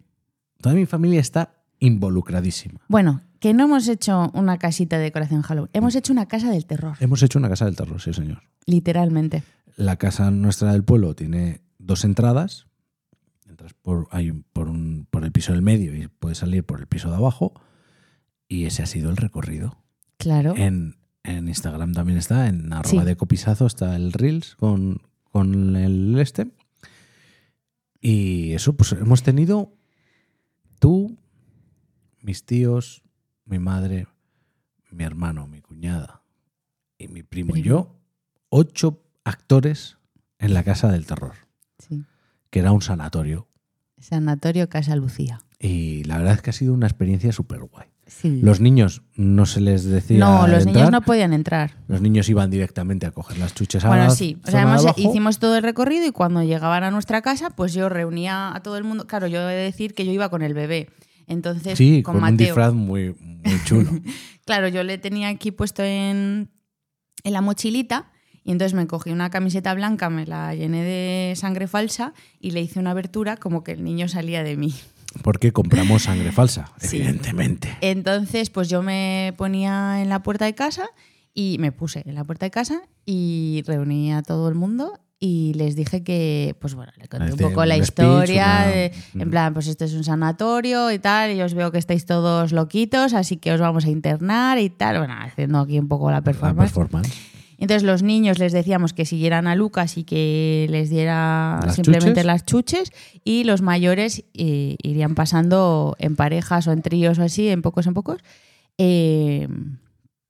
Speaker 2: toda mi familia está involucradísima.
Speaker 3: Bueno, que no hemos hecho una casita de decoración Halloween. Hemos hecho una casa del terror,
Speaker 2: Hemos hecho una casa del terror, sí, señor.
Speaker 3: literalmente.
Speaker 2: La casa nuestra del pueblo tiene dos entradas. Entras por, hay un- por, un- por el piso del medio y puedes salir por el piso de abajo. Y ese ha sido el recorrido.
Speaker 3: Claro.
Speaker 2: En, en Instagram también está, en arroba
Speaker 3: Sí.
Speaker 2: de copizazo está el Reels con, con el este. Y eso, pues hemos tenido tú, mis tíos, mi madre, mi hermano, mi cuñada y mi primo y
Speaker 3: Primo.
Speaker 2: yo, ocho actores en la Casa del Terror,
Speaker 3: Sí.
Speaker 2: que era un sanatorio.
Speaker 3: Sanatorio Casa Lucía.
Speaker 2: Y la verdad es que ha sido una experiencia súper guay.
Speaker 3: Sí.
Speaker 2: Los niños no se les decía.
Speaker 3: no, los niños
Speaker 2: entrar.
Speaker 3: no podían entrar.
Speaker 2: Los niños iban directamente a coger las chuches a
Speaker 3: Bueno,
Speaker 2: la
Speaker 3: sí. O sea,
Speaker 2: zona de
Speaker 3: hemos-
Speaker 2: abajo.
Speaker 3: hicimos todo el recorrido y cuando llegaban a nuestra casa, pues yo reunía a todo el mundo. Claro, yo he de decir que yo iba con el bebé. Entonces,
Speaker 2: Sí,
Speaker 3: con,
Speaker 2: con, un
Speaker 3: Mateo.
Speaker 2: disfraz muy, muy chulo.
Speaker 3: Claro, yo le tenía aquí puesto en, en la mochilita y entonces me cogí una camiseta blanca, me la llené de sangre falsa y le hice una abertura como que el niño salía de mí.
Speaker 2: Porque compramos sangre falsa,
Speaker 3: Sí.
Speaker 2: evidentemente.
Speaker 3: Entonces, pues yo me ponía en la puerta de casa y me puse en la puerta de casa y reuní a todo el mundo y les dije que, pues bueno, le conté un
Speaker 2: Este,
Speaker 3: poco la
Speaker 2: un speech,
Speaker 3: historia,
Speaker 2: una- Mm.
Speaker 3: de- en plan, pues esto es un sanatorio y tal, y os veo que estáis todos loquitos, así que os vamos a internar y tal, bueno, haciendo aquí un poco la
Speaker 2: La
Speaker 3: performance.
Speaker 2: performance.
Speaker 3: Entonces los niños les decíamos que siguieran a Lucas y que les diera
Speaker 2: ¿Las
Speaker 3: simplemente
Speaker 2: chuches?
Speaker 3: las chuches y los mayores eh, irían pasando en parejas o en tríos o así, en pocos en pocos, eh,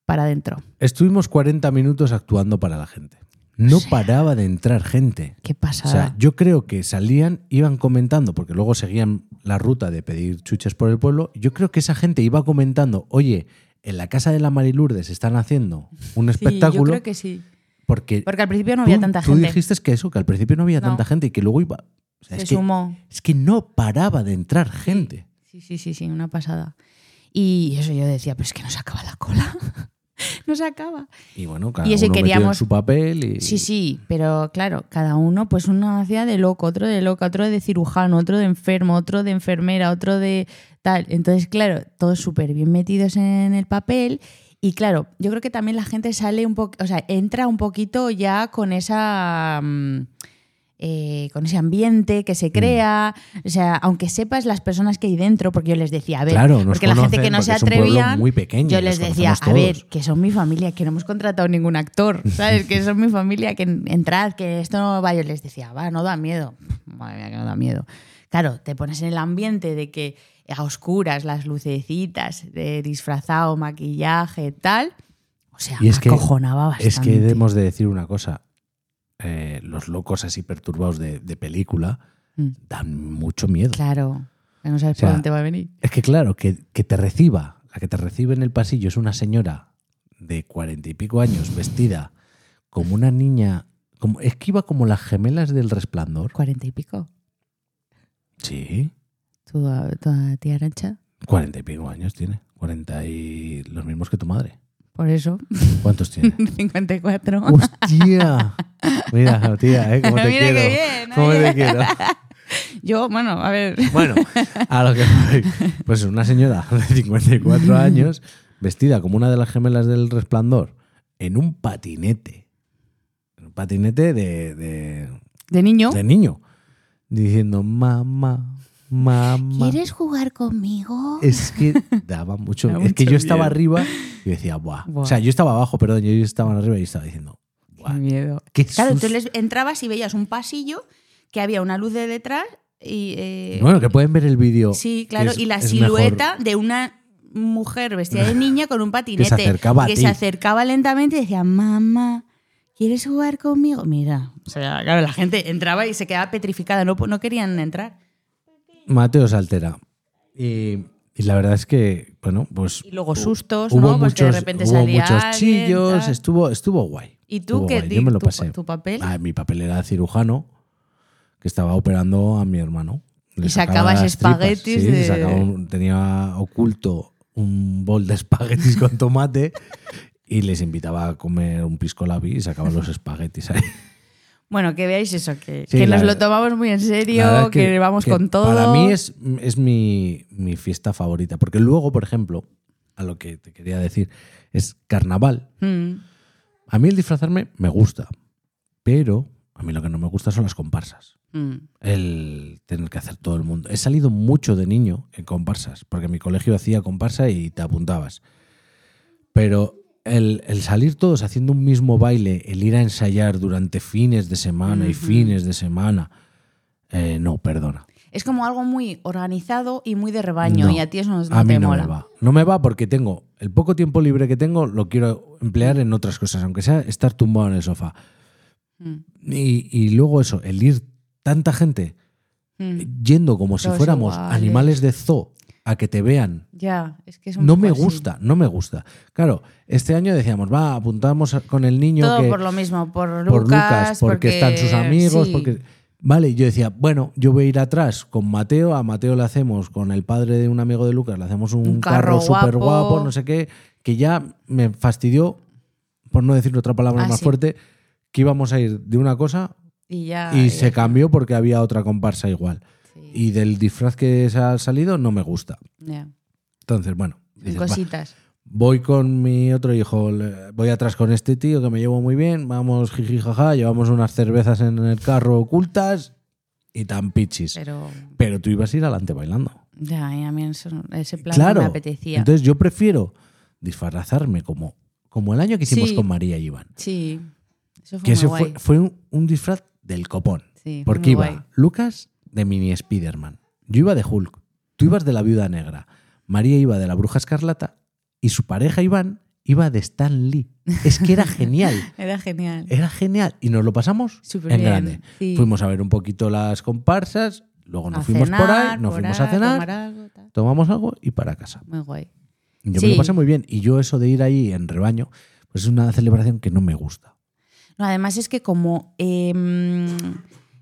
Speaker 3: para adentro.
Speaker 2: Estuvimos 40 minutos actuando para la gente. No paraba de entrar gente.
Speaker 3: Qué
Speaker 2: O sea,
Speaker 3: pasada.
Speaker 2: yo creo que salían, iban comentando, porque luego seguían la ruta de pedir chuches por el pueblo. Yo creo que esa gente iba comentando, oye, en la casa de la Marilurdes están haciendo un
Speaker 3: Sí, yo
Speaker 2: espectáculo
Speaker 3: creo que sí.
Speaker 2: porque,
Speaker 3: Porque al principio no
Speaker 2: tú,
Speaker 3: había tanta
Speaker 2: tú
Speaker 3: gente.
Speaker 2: dijiste que eso, que al principio no había
Speaker 3: No.
Speaker 2: tanta gente y que luego iba... o sea,
Speaker 3: Se
Speaker 2: es, que,
Speaker 3: sumó.
Speaker 2: es que no paraba de entrar gente.
Speaker 3: Sí, sí, sí, sí, una pasada. Y eso yo decía, pero es que no se acaba la cola. no se acaba.
Speaker 2: Y bueno, cada
Speaker 3: Y ese
Speaker 2: uno metido en
Speaker 3: queríamos-
Speaker 2: su papel y...
Speaker 3: Sí, sí, pero claro, cada uno, pues uno hacía de loco, otro de loca, otro de cirujano, otro de enfermo, otro de enfermera, otro de tal. Entonces, claro, todos súper bien metidos en el papel. Y claro, yo creo que también la gente sale un poco, o sea, entra un poquito ya con esa. mm, eh, con ese ambiente que se crea, o sea, aunque sepas las personas que hay dentro, porque yo les decía, a ver,
Speaker 2: Claro, nos
Speaker 3: porque la gente
Speaker 2: conocen,
Speaker 3: que no
Speaker 2: porque
Speaker 3: se
Speaker 2: es un pueblo
Speaker 3: atrevía,
Speaker 2: muy pequeño,
Speaker 3: yo
Speaker 2: nos
Speaker 3: les decía, a
Speaker 2: conocemos
Speaker 3: ver,
Speaker 2: todos".
Speaker 3: que son mi familia, que no hemos contratado ningún actor, ¿sabes? Que son mi familia, que en- entrad, que esto no va. Yo les decía, va, no da miedo. Madre mía, que no da miedo. Claro, te pones en el ambiente de que a oscuras, las lucecitas, de disfrazado, maquillaje, tal. O sea,
Speaker 2: Y es
Speaker 3: me
Speaker 2: que-
Speaker 3: acojonaba bastante.
Speaker 2: Es que debemos de decir una cosa. eh, los locos así perturbados de, de película
Speaker 3: Mm.
Speaker 2: dan mucho miedo.
Speaker 3: Claro, que no sabes
Speaker 2: O sea,
Speaker 3: por dónde va a venir.
Speaker 2: Es que claro, que, que te reciba, la que te recibe en el pasillo es una señora de cuarenta y pico años vestida como una niña, como, es que iba como las gemelas del resplandor.
Speaker 3: Cuarenta y pico.
Speaker 2: Sí,
Speaker 3: ¿Tu, tu tía Arancha?
Speaker 2: cuarenta y pico años tiene, cuarenta y los mismos que tu madre.
Speaker 3: Por eso,
Speaker 2: ¿Cuántos tiene?
Speaker 3: 54.
Speaker 2: ¡Hostia! Mira, tía, ¿eh? ¿Cómo te
Speaker 3: Mira qué
Speaker 2: quiero?
Speaker 3: bien,
Speaker 2: ¿Cómo
Speaker 3: oye.
Speaker 2: te quiero?
Speaker 3: Yo, bueno, a ver.
Speaker 2: Bueno, a lo que voy. Pues una señora de 54 años, vestida como una de las gemelas del resplandor, en un patinete. En un patinete de, de,
Speaker 3: De niño.
Speaker 2: de niño. Diciendo, mamá, mamá.
Speaker 3: ¿Quieres jugar conmigo?
Speaker 2: Es que daba mucho.
Speaker 3: Daba
Speaker 2: es que
Speaker 3: mucho
Speaker 2: yo estaba
Speaker 3: miedo.
Speaker 2: arriba y decía, buah.
Speaker 3: Buah.
Speaker 2: O sea, yo estaba abajo, perdón, yo estaba arriba y estaba diciendo,
Speaker 3: Qué
Speaker 2: buah.
Speaker 3: miedo.
Speaker 2: Qué
Speaker 3: Claro,
Speaker 2: susto.
Speaker 3: tú les entrabas y veías un pasillo que había una luz de detrás y. eh,
Speaker 2: Bueno, que pueden ver el vídeo.
Speaker 3: sí,
Speaker 2: que
Speaker 3: claro,
Speaker 2: es-
Speaker 3: y la
Speaker 2: es mejor.
Speaker 3: silueta de una mujer vestida de niña con un patinete.
Speaker 2: acercaba a
Speaker 3: que
Speaker 2: ti.
Speaker 3: se acercaba lentamente y decía, mamá. ¿Quieres jugar conmigo? Mira. O sea, claro, la gente entraba y se quedaba petrificada, no, no querían entrar.
Speaker 2: Mateo se altera. Y, y la verdad es que, bueno, pues.
Speaker 3: Y luego
Speaker 2: hu-
Speaker 3: sustos,
Speaker 2: hubo
Speaker 3: ¿no? Porque de repente
Speaker 2: hubo
Speaker 3: salía
Speaker 2: muchos
Speaker 3: alguien,
Speaker 2: chillos,
Speaker 3: tal.
Speaker 2: estuvo, estuvo guay.
Speaker 3: ¿Y tú
Speaker 2: Estuvo
Speaker 3: qué
Speaker 2: guay,
Speaker 3: di-
Speaker 2: Yo me lo
Speaker 3: tu-
Speaker 2: pasé.
Speaker 3: tu papel?
Speaker 2: Ah, mi papel era cirujano que estaba operando a mi hermano. Le
Speaker 3: Y
Speaker 2: sacaba
Speaker 3: sacabas
Speaker 2: las tripas,
Speaker 3: espaguetis
Speaker 2: sí, le
Speaker 3: de-
Speaker 2: sacaba un- tenía oculto un bol de espaguetis con tomate y les invitaba a comer un pisco labi y sacaba los espaguetis ahí.
Speaker 3: Bueno, que veáis eso, que,
Speaker 2: Sí,
Speaker 3: que
Speaker 2: la
Speaker 3: nos lo
Speaker 2: verdad-
Speaker 3: tomamos muy en
Speaker 2: La verdad
Speaker 3: serio, que, vamos
Speaker 2: que
Speaker 3: con todo.
Speaker 2: Para mí es, es mi, mi fiesta favorita. Porque luego, por ejemplo, a lo que te quería decir, es carnaval.
Speaker 3: Mm.
Speaker 2: A mí el disfrazarme me gusta. Pero a mí lo que no me gusta son las comparsas.
Speaker 3: Mm.
Speaker 2: El tener que hacer todo el mundo. He salido mucho de niño en comparsas. Porque mi colegio hacía comparsa y te apuntabas. Pero. El, el salir todos haciendo un mismo baile, el ir a ensayar durante fines de semana y
Speaker 3: Ujú.
Speaker 2: fines de semana, eh, no, perdona.
Speaker 3: Es como algo muy organizado y muy de rebaño,
Speaker 2: No,
Speaker 3: y a ti eso Pues no,
Speaker 2: a
Speaker 3: no
Speaker 2: mí
Speaker 3: te
Speaker 2: no
Speaker 3: mola.
Speaker 2: me va. No me va porque tengo el poco tiempo libre que tengo, lo quiero emplear en otras cosas, aunque sea estar tumbado en el sofá.
Speaker 3: Mm.
Speaker 2: Y, y luego eso, el ir tanta gente
Speaker 3: Mm.
Speaker 2: yendo como si
Speaker 3: Todos
Speaker 2: fuéramos
Speaker 3: Mm. iguales.
Speaker 2: animales de zoo a que te vean.
Speaker 3: Ya, es que es un
Speaker 2: No
Speaker 3: poco
Speaker 2: me
Speaker 3: así.
Speaker 2: gusta, no me gusta. Claro, este año decíamos, va, apuntamos a- con el niño
Speaker 3: Todo
Speaker 2: que
Speaker 3: por lo mismo, por Lucas,
Speaker 2: por Lucas, porque, están sus amigos,
Speaker 3: sí.
Speaker 2: porque... Vale, yo decía, bueno, yo voy a ir atrás con Mateo, a Mateo le hacemos, con el padre de un amigo de Lucas, le hacemos un,
Speaker 3: Un
Speaker 2: carro
Speaker 3: carro
Speaker 2: súper guapo,
Speaker 3: guapo.
Speaker 2: no sé qué, que ya me fastidió, por no decir otra palabra
Speaker 3: Ah,
Speaker 2: más
Speaker 3: sí.
Speaker 2: fuerte, que íbamos a ir de una cosa
Speaker 3: y ya
Speaker 2: y
Speaker 3: ya.
Speaker 2: se cambió porque había otra comparsa igual.
Speaker 3: Sí,
Speaker 2: Y del disfraz que se ha salido no me gusta.
Speaker 3: ya.
Speaker 2: Entonces, bueno,
Speaker 3: Y
Speaker 2: dices, "Va,
Speaker 3: cositas.
Speaker 2: voy con mi otro hijo, le- voy atrás con este tío que me llevo muy bien, vamos jiji jaja, llevamos unas cervezas en el carro ocultas y tan pichis.
Speaker 3: Pero
Speaker 2: Pero tú ibas a ir adelante bailando.
Speaker 3: ya, y a mí eso- ese plan no
Speaker 2: claro.
Speaker 3: me apetecía.
Speaker 2: Entonces yo prefiero disfrazarme como, como el año que hicimos
Speaker 3: Sí.
Speaker 2: con María y Iván.
Speaker 3: sí, eso fue
Speaker 2: Que
Speaker 3: muy
Speaker 2: ese
Speaker 3: guay.
Speaker 2: fue, fue un, un disfraz del copón.
Speaker 3: Sí, fue
Speaker 2: porque
Speaker 3: muy
Speaker 2: iba
Speaker 3: guay.
Speaker 2: Lucas de mini Spiderman, yo iba de Hulk, tú ibas de la viuda negra, María iba de la bruja escarlata y su pareja Iván iba de Stan Lee. Es que era genial.
Speaker 3: Era genial.
Speaker 2: Era genial y nos lo pasamos
Speaker 3: Súper
Speaker 2: en
Speaker 3: bien,
Speaker 2: grande.
Speaker 3: sí.
Speaker 2: Fuimos a ver un poquito las comparsas, luego nos
Speaker 3: A
Speaker 2: fuimos por ahí,
Speaker 3: cenar,
Speaker 2: nos
Speaker 3: por
Speaker 2: fuimos
Speaker 3: ahí,
Speaker 2: a cenar,
Speaker 3: tomar algo, tal.
Speaker 2: tomamos algo y para casa.
Speaker 3: Muy guay.
Speaker 2: Yo
Speaker 3: Sí.
Speaker 2: me lo pasé muy bien y yo eso de ir ahí en rebaño, pues es una celebración que no me gusta.
Speaker 3: No, además es que como eh,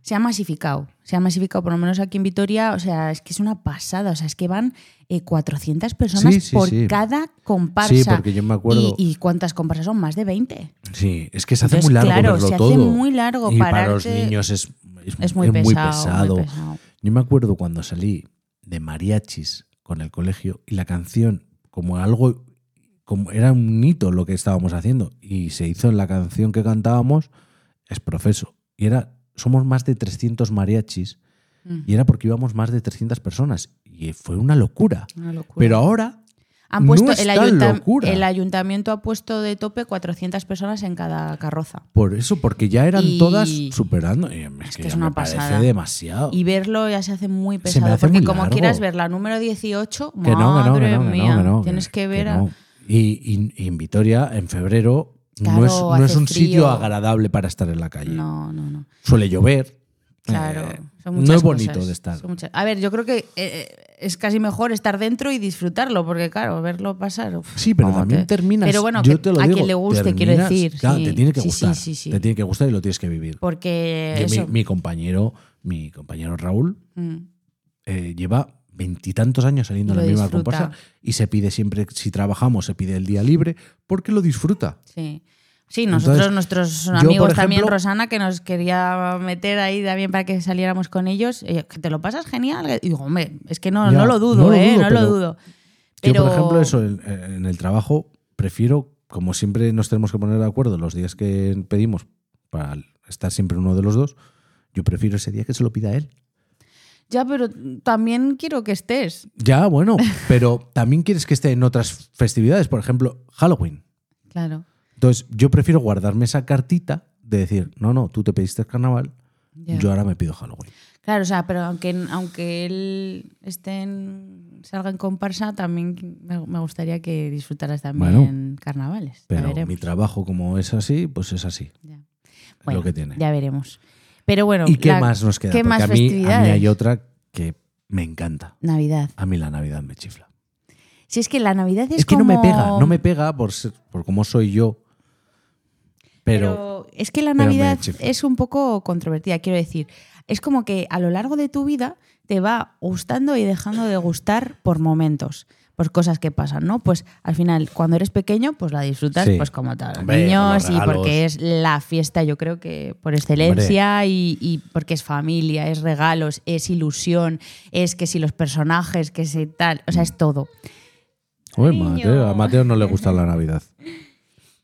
Speaker 3: se ha masificado, se ha masificado por lo menos aquí en Vitoria, o sea, es que es una pasada, o sea, es que van eh, 400 personas
Speaker 2: Sí, sí,
Speaker 3: por
Speaker 2: sí.
Speaker 3: cada comparsa.
Speaker 2: Sí, porque yo me acuerdo.
Speaker 3: ¿Y, y cuántas comparsas son? Más de 20.
Speaker 2: Sí, es que se hace
Speaker 3: Entonces,
Speaker 2: muy largo
Speaker 3: claro,
Speaker 2: verlo
Speaker 3: se hace
Speaker 2: todo.
Speaker 3: muy largo,
Speaker 2: y para los
Speaker 3: pararte-
Speaker 2: niños es, es-
Speaker 3: este Es muy,
Speaker 2: es
Speaker 3: pesado,
Speaker 2: muy pesado.
Speaker 3: muy pesado.
Speaker 2: Yo me acuerdo cuando salí de mariachis con el colegio y la canción como algo como era un hito lo que estábamos haciendo y se hizo en la canción que cantábamos es profeso y era somos más de 300 mariachis
Speaker 3: Mm.
Speaker 2: y era porque íbamos más de 300 personas y fue una locura.
Speaker 3: Una locura.
Speaker 2: Pero ahora
Speaker 3: Han
Speaker 2: no
Speaker 3: puesto,
Speaker 2: es
Speaker 3: el,
Speaker 2: tan
Speaker 3: ayuntam-
Speaker 2: locura.
Speaker 3: el ayuntamiento ha puesto de tope 400 personas en cada carroza.
Speaker 2: por eso porque ya eran
Speaker 3: Y-
Speaker 2: todas superando y es
Speaker 3: Es
Speaker 2: que,
Speaker 3: que es
Speaker 2: ya me
Speaker 3: una pasada.
Speaker 2: parece demasiado.
Speaker 3: Y verlo ya se hace muy
Speaker 2: me
Speaker 3: pesado.
Speaker 2: hace
Speaker 3: porque
Speaker 2: muy
Speaker 3: como
Speaker 2: largo.
Speaker 3: quieras ver la número 18,
Speaker 2: Que
Speaker 3: madre
Speaker 2: no, que no, que no, que
Speaker 3: mía,
Speaker 2: no, que no,
Speaker 3: tienes que ver a-
Speaker 2: no. Y, y- y en Vitoria, en febrero,
Speaker 3: Claro,
Speaker 2: no es, no
Speaker 3: hace
Speaker 2: es un
Speaker 3: frío.
Speaker 2: sitio agradable para estar en la calle.
Speaker 3: No, no, no.
Speaker 2: Suele llover.
Speaker 3: Claro.
Speaker 2: Eh,
Speaker 3: son
Speaker 2: no
Speaker 3: muchas
Speaker 2: es bonito
Speaker 3: cosas,
Speaker 2: de estar.
Speaker 3: son muchas- A ver, yo creo que eh, eh, es casi mejor estar dentro y disfrutarlo, porque claro, verlo pasar. uf,
Speaker 2: Sí, pero
Speaker 3: vamos,
Speaker 2: también
Speaker 3: te-
Speaker 2: terminas.
Speaker 3: Pero bueno,
Speaker 2: yo
Speaker 3: que
Speaker 2: te lo
Speaker 3: a
Speaker 2: digo,
Speaker 3: quien le guste, quiero
Speaker 2: terminas-
Speaker 3: decir.
Speaker 2: claro,
Speaker 3: sí,
Speaker 2: te tiene que
Speaker 3: sí,
Speaker 2: gustar.
Speaker 3: Sí, sí, sí.
Speaker 2: Te tiene que gustar y lo tienes que vivir.
Speaker 3: Porque.
Speaker 2: Yo, mi-
Speaker 3: eso,
Speaker 2: mi, compañero, mi compañero Raúl,
Speaker 3: mm,
Speaker 2: eh, lleva veintitantos años saliendo en
Speaker 3: Lo
Speaker 2: la misma
Speaker 3: disfruta.
Speaker 2: comparsa y se pide siempre, si trabajamos, se pide el día libre porque lo disfruta.
Speaker 3: sí. Sí, nosotros,
Speaker 2: Entonces,
Speaker 3: nuestros
Speaker 2: yo, por
Speaker 3: amigos también,
Speaker 2: ejemplo-
Speaker 3: Rosana, que nos quería meter ahí también para que saliéramos con ellos, eh, que te lo pasas genial. Y digo, hombre, es que no,
Speaker 2: Ya,
Speaker 3: no lo dudo,
Speaker 2: no lo
Speaker 3: ¿eh?
Speaker 2: dudo,
Speaker 3: no
Speaker 2: pero-
Speaker 3: lo dudo.
Speaker 2: Yo,
Speaker 3: Pero-
Speaker 2: por ejemplo, eso en, en el trabajo prefiero, como siempre nos tenemos que poner de acuerdo los días que pedimos para estar siempre uno de los dos, yo prefiero ese día que se lo pida él.
Speaker 3: Ya, pero también quiero que estés.
Speaker 2: Ya, bueno, pero también quieres que esté en otras festividades, por ejemplo, Halloween.
Speaker 3: Claro.
Speaker 2: Entonces, yo prefiero guardarme esa cartita de decir, no, no, tú te pediste el carnaval,
Speaker 3: ya.
Speaker 2: yo ahora me pido Halloween.
Speaker 3: Claro, o sea, pero aunque, aunque él esté en- salga en comparsa, también me, me gustaría que disfrutaras también
Speaker 2: Bueno,
Speaker 3: carnavales. ya
Speaker 2: Pero
Speaker 3: veremos.
Speaker 2: mi trabajo como es así, pues es así.
Speaker 3: Ya.
Speaker 2: lo que tiene.
Speaker 3: Ya veremos. Pero bueno,
Speaker 2: ¿Y qué
Speaker 3: la-
Speaker 2: más nos queda?
Speaker 3: ¿Qué
Speaker 2: Porque
Speaker 3: más
Speaker 2: a, mí, a mí
Speaker 3: festividades?
Speaker 2: hay otra que me encanta.
Speaker 3: Navidad.
Speaker 2: A mí la Navidad me chifla.
Speaker 3: Si es que la Navidad es,
Speaker 2: Es que no me
Speaker 3: como-
Speaker 2: pega, no me pega por, ser- por cómo soy yo. Pero,
Speaker 3: Pero es que la
Speaker 2: pero me
Speaker 3: Navidad
Speaker 2: chifla.
Speaker 3: es un poco controvertida, quiero decir. Es como que a lo largo de tu vida te va gustando y dejando de gustar por momentos, por cosas que pasan, ¿no? Pues al final, cuando eres pequeño, pues la disfrutas,
Speaker 2: Sí.
Speaker 3: pues como todos los
Speaker 2: Hombre, con
Speaker 3: niños
Speaker 2: los
Speaker 3: y
Speaker 2: regalos.
Speaker 3: porque es la fiesta, yo creo que por excelencia y, y porque es familia, es regalos, es ilusión, es que si los personajes, que si tal, o sea, es todo.
Speaker 2: Uy,
Speaker 3: Niño.
Speaker 2: Mateo, a Mateo no le gusta la Navidad.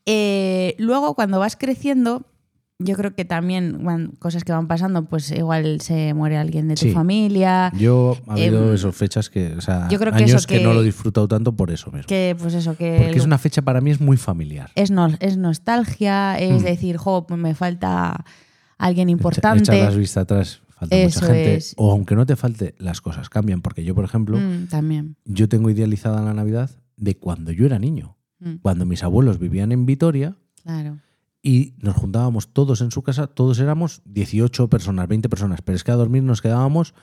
Speaker 3: Eh, luego, cuando vas creciendo, yo creo que también van- cosas que van pasando, pues igual se muere alguien de tu
Speaker 2: Sí.
Speaker 3: familia,
Speaker 2: Yo ha habido
Speaker 3: Em,
Speaker 2: esas fechas que, o sea,
Speaker 3: yo creo que
Speaker 2: años
Speaker 3: eso
Speaker 2: que,
Speaker 3: que-
Speaker 2: no lo he disfrutado tanto por eso mismo.
Speaker 3: que pues eso, que
Speaker 2: Porque es
Speaker 3: el-
Speaker 2: una fecha para mí es muy familiar.
Speaker 3: es no- es nostalgia, es decir, jo, pues me falta alguien importante.
Speaker 2: Mm. Echa- Echar las vistas atrás, falta
Speaker 3: Eso
Speaker 2: mucha gente.
Speaker 3: es.
Speaker 2: O aunque no te falte, las cosas cambian. Porque yo, por ejemplo,
Speaker 3: Mm, también.
Speaker 2: yo tengo idealizada la Navidad de cuando yo era niño.
Speaker 3: Mm,
Speaker 2: Cuando mis abuelos vivían en Vitoria,
Speaker 3: claro.
Speaker 2: y nos juntábamos todos en su casa, todos éramos 18 personas, 20 personas, pero es que a dormir nos quedábamos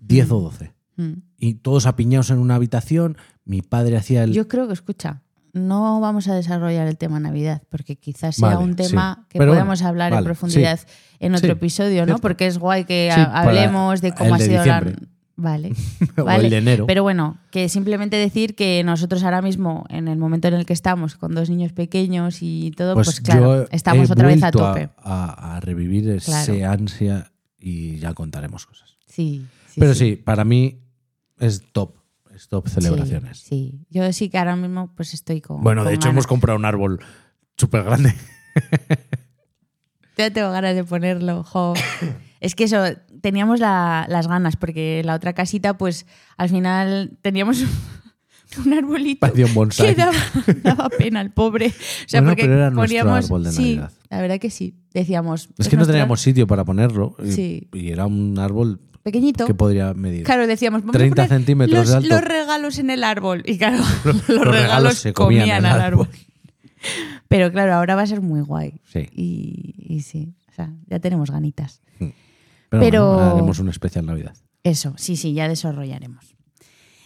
Speaker 2: 10 o 12.
Speaker 3: Mm.
Speaker 2: y todos apiñados en una habitación. Mi padre hacía el.
Speaker 3: Yo creo que, escucha, no vamos a desarrollar el tema Navidad, porque quizás sea
Speaker 2: Vale,
Speaker 3: un
Speaker 2: sí.
Speaker 3: tema que
Speaker 2: Pero
Speaker 3: podamos
Speaker 2: bueno,
Speaker 3: hablar en
Speaker 2: vale,
Speaker 3: profundidad en otro
Speaker 2: Sí,
Speaker 3: episodio, ¿no?
Speaker 2: cierto.
Speaker 3: Porque es guay que
Speaker 2: Sí,
Speaker 3: ha-
Speaker 2: para
Speaker 3: hablemos de
Speaker 2: el
Speaker 3: cómo ha
Speaker 2: de
Speaker 3: sido la...
Speaker 2: diciembre.
Speaker 3: Vale.
Speaker 2: o
Speaker 3: vale.
Speaker 2: el de enero.
Speaker 3: Pero bueno, que simplemente decir que nosotros ahora mismo, en el momento en el que estamos, con dos niños pequeños y todo, pues, claro,
Speaker 2: yo
Speaker 3: estamos
Speaker 2: he
Speaker 3: otra vez a
Speaker 2: vuelto
Speaker 3: tope.
Speaker 2: A, a revivir ese
Speaker 3: Claro.
Speaker 2: ansia y ya contaremos cosas.
Speaker 3: Sí, sí.
Speaker 2: Pero sí, para mí es top. Es top celebraciones.
Speaker 3: Sí, sí. yo sí que ahora mismo pues estoy con.
Speaker 2: Bueno,
Speaker 3: con
Speaker 2: de hecho
Speaker 3: ganas.
Speaker 2: hemos comprado un árbol súper grande.
Speaker 3: Ya tengo ganas de ponerlo, jo. Es que eso, teníamos la- las ganas, porque la otra casita, pues al final teníamos un- un arbolito
Speaker 2: Parecía un bonsái.
Speaker 3: que daba, daba pena al pobre. O sea,
Speaker 2: Bueno,
Speaker 3: porque
Speaker 2: pero era nuestro
Speaker 3: poníamos,
Speaker 2: árbol de
Speaker 3: sí,
Speaker 2: Navidad.
Speaker 3: la verdad que sí. Decíamos.
Speaker 2: Es
Speaker 3: "Es
Speaker 2: que no
Speaker 3: nuestro
Speaker 2: teníamos sitio para ponerlo. y-
Speaker 3: Sí.
Speaker 2: Y era un árbol
Speaker 3: Pequeñito.
Speaker 2: que podría medir.
Speaker 3: Claro, decíamos, vamos
Speaker 2: 30
Speaker 3: a poner
Speaker 2: centímetros
Speaker 3: los,
Speaker 2: de alto.
Speaker 3: los regalos en el árbol. Y claro, los, regalos
Speaker 2: regalos se
Speaker 3: se
Speaker 2: comían
Speaker 3: comían,
Speaker 2: el
Speaker 3: al
Speaker 2: árbol.
Speaker 3: árbol. Pero claro, ahora va a ser muy guay.
Speaker 2: Sí.
Speaker 3: Y, y sí, o sea, ya tenemos ganitas.
Speaker 2: Pero,
Speaker 3: pero-
Speaker 2: bueno, haremos un especial Navidad.
Speaker 3: Eso, sí, sí, ya desarrollaremos.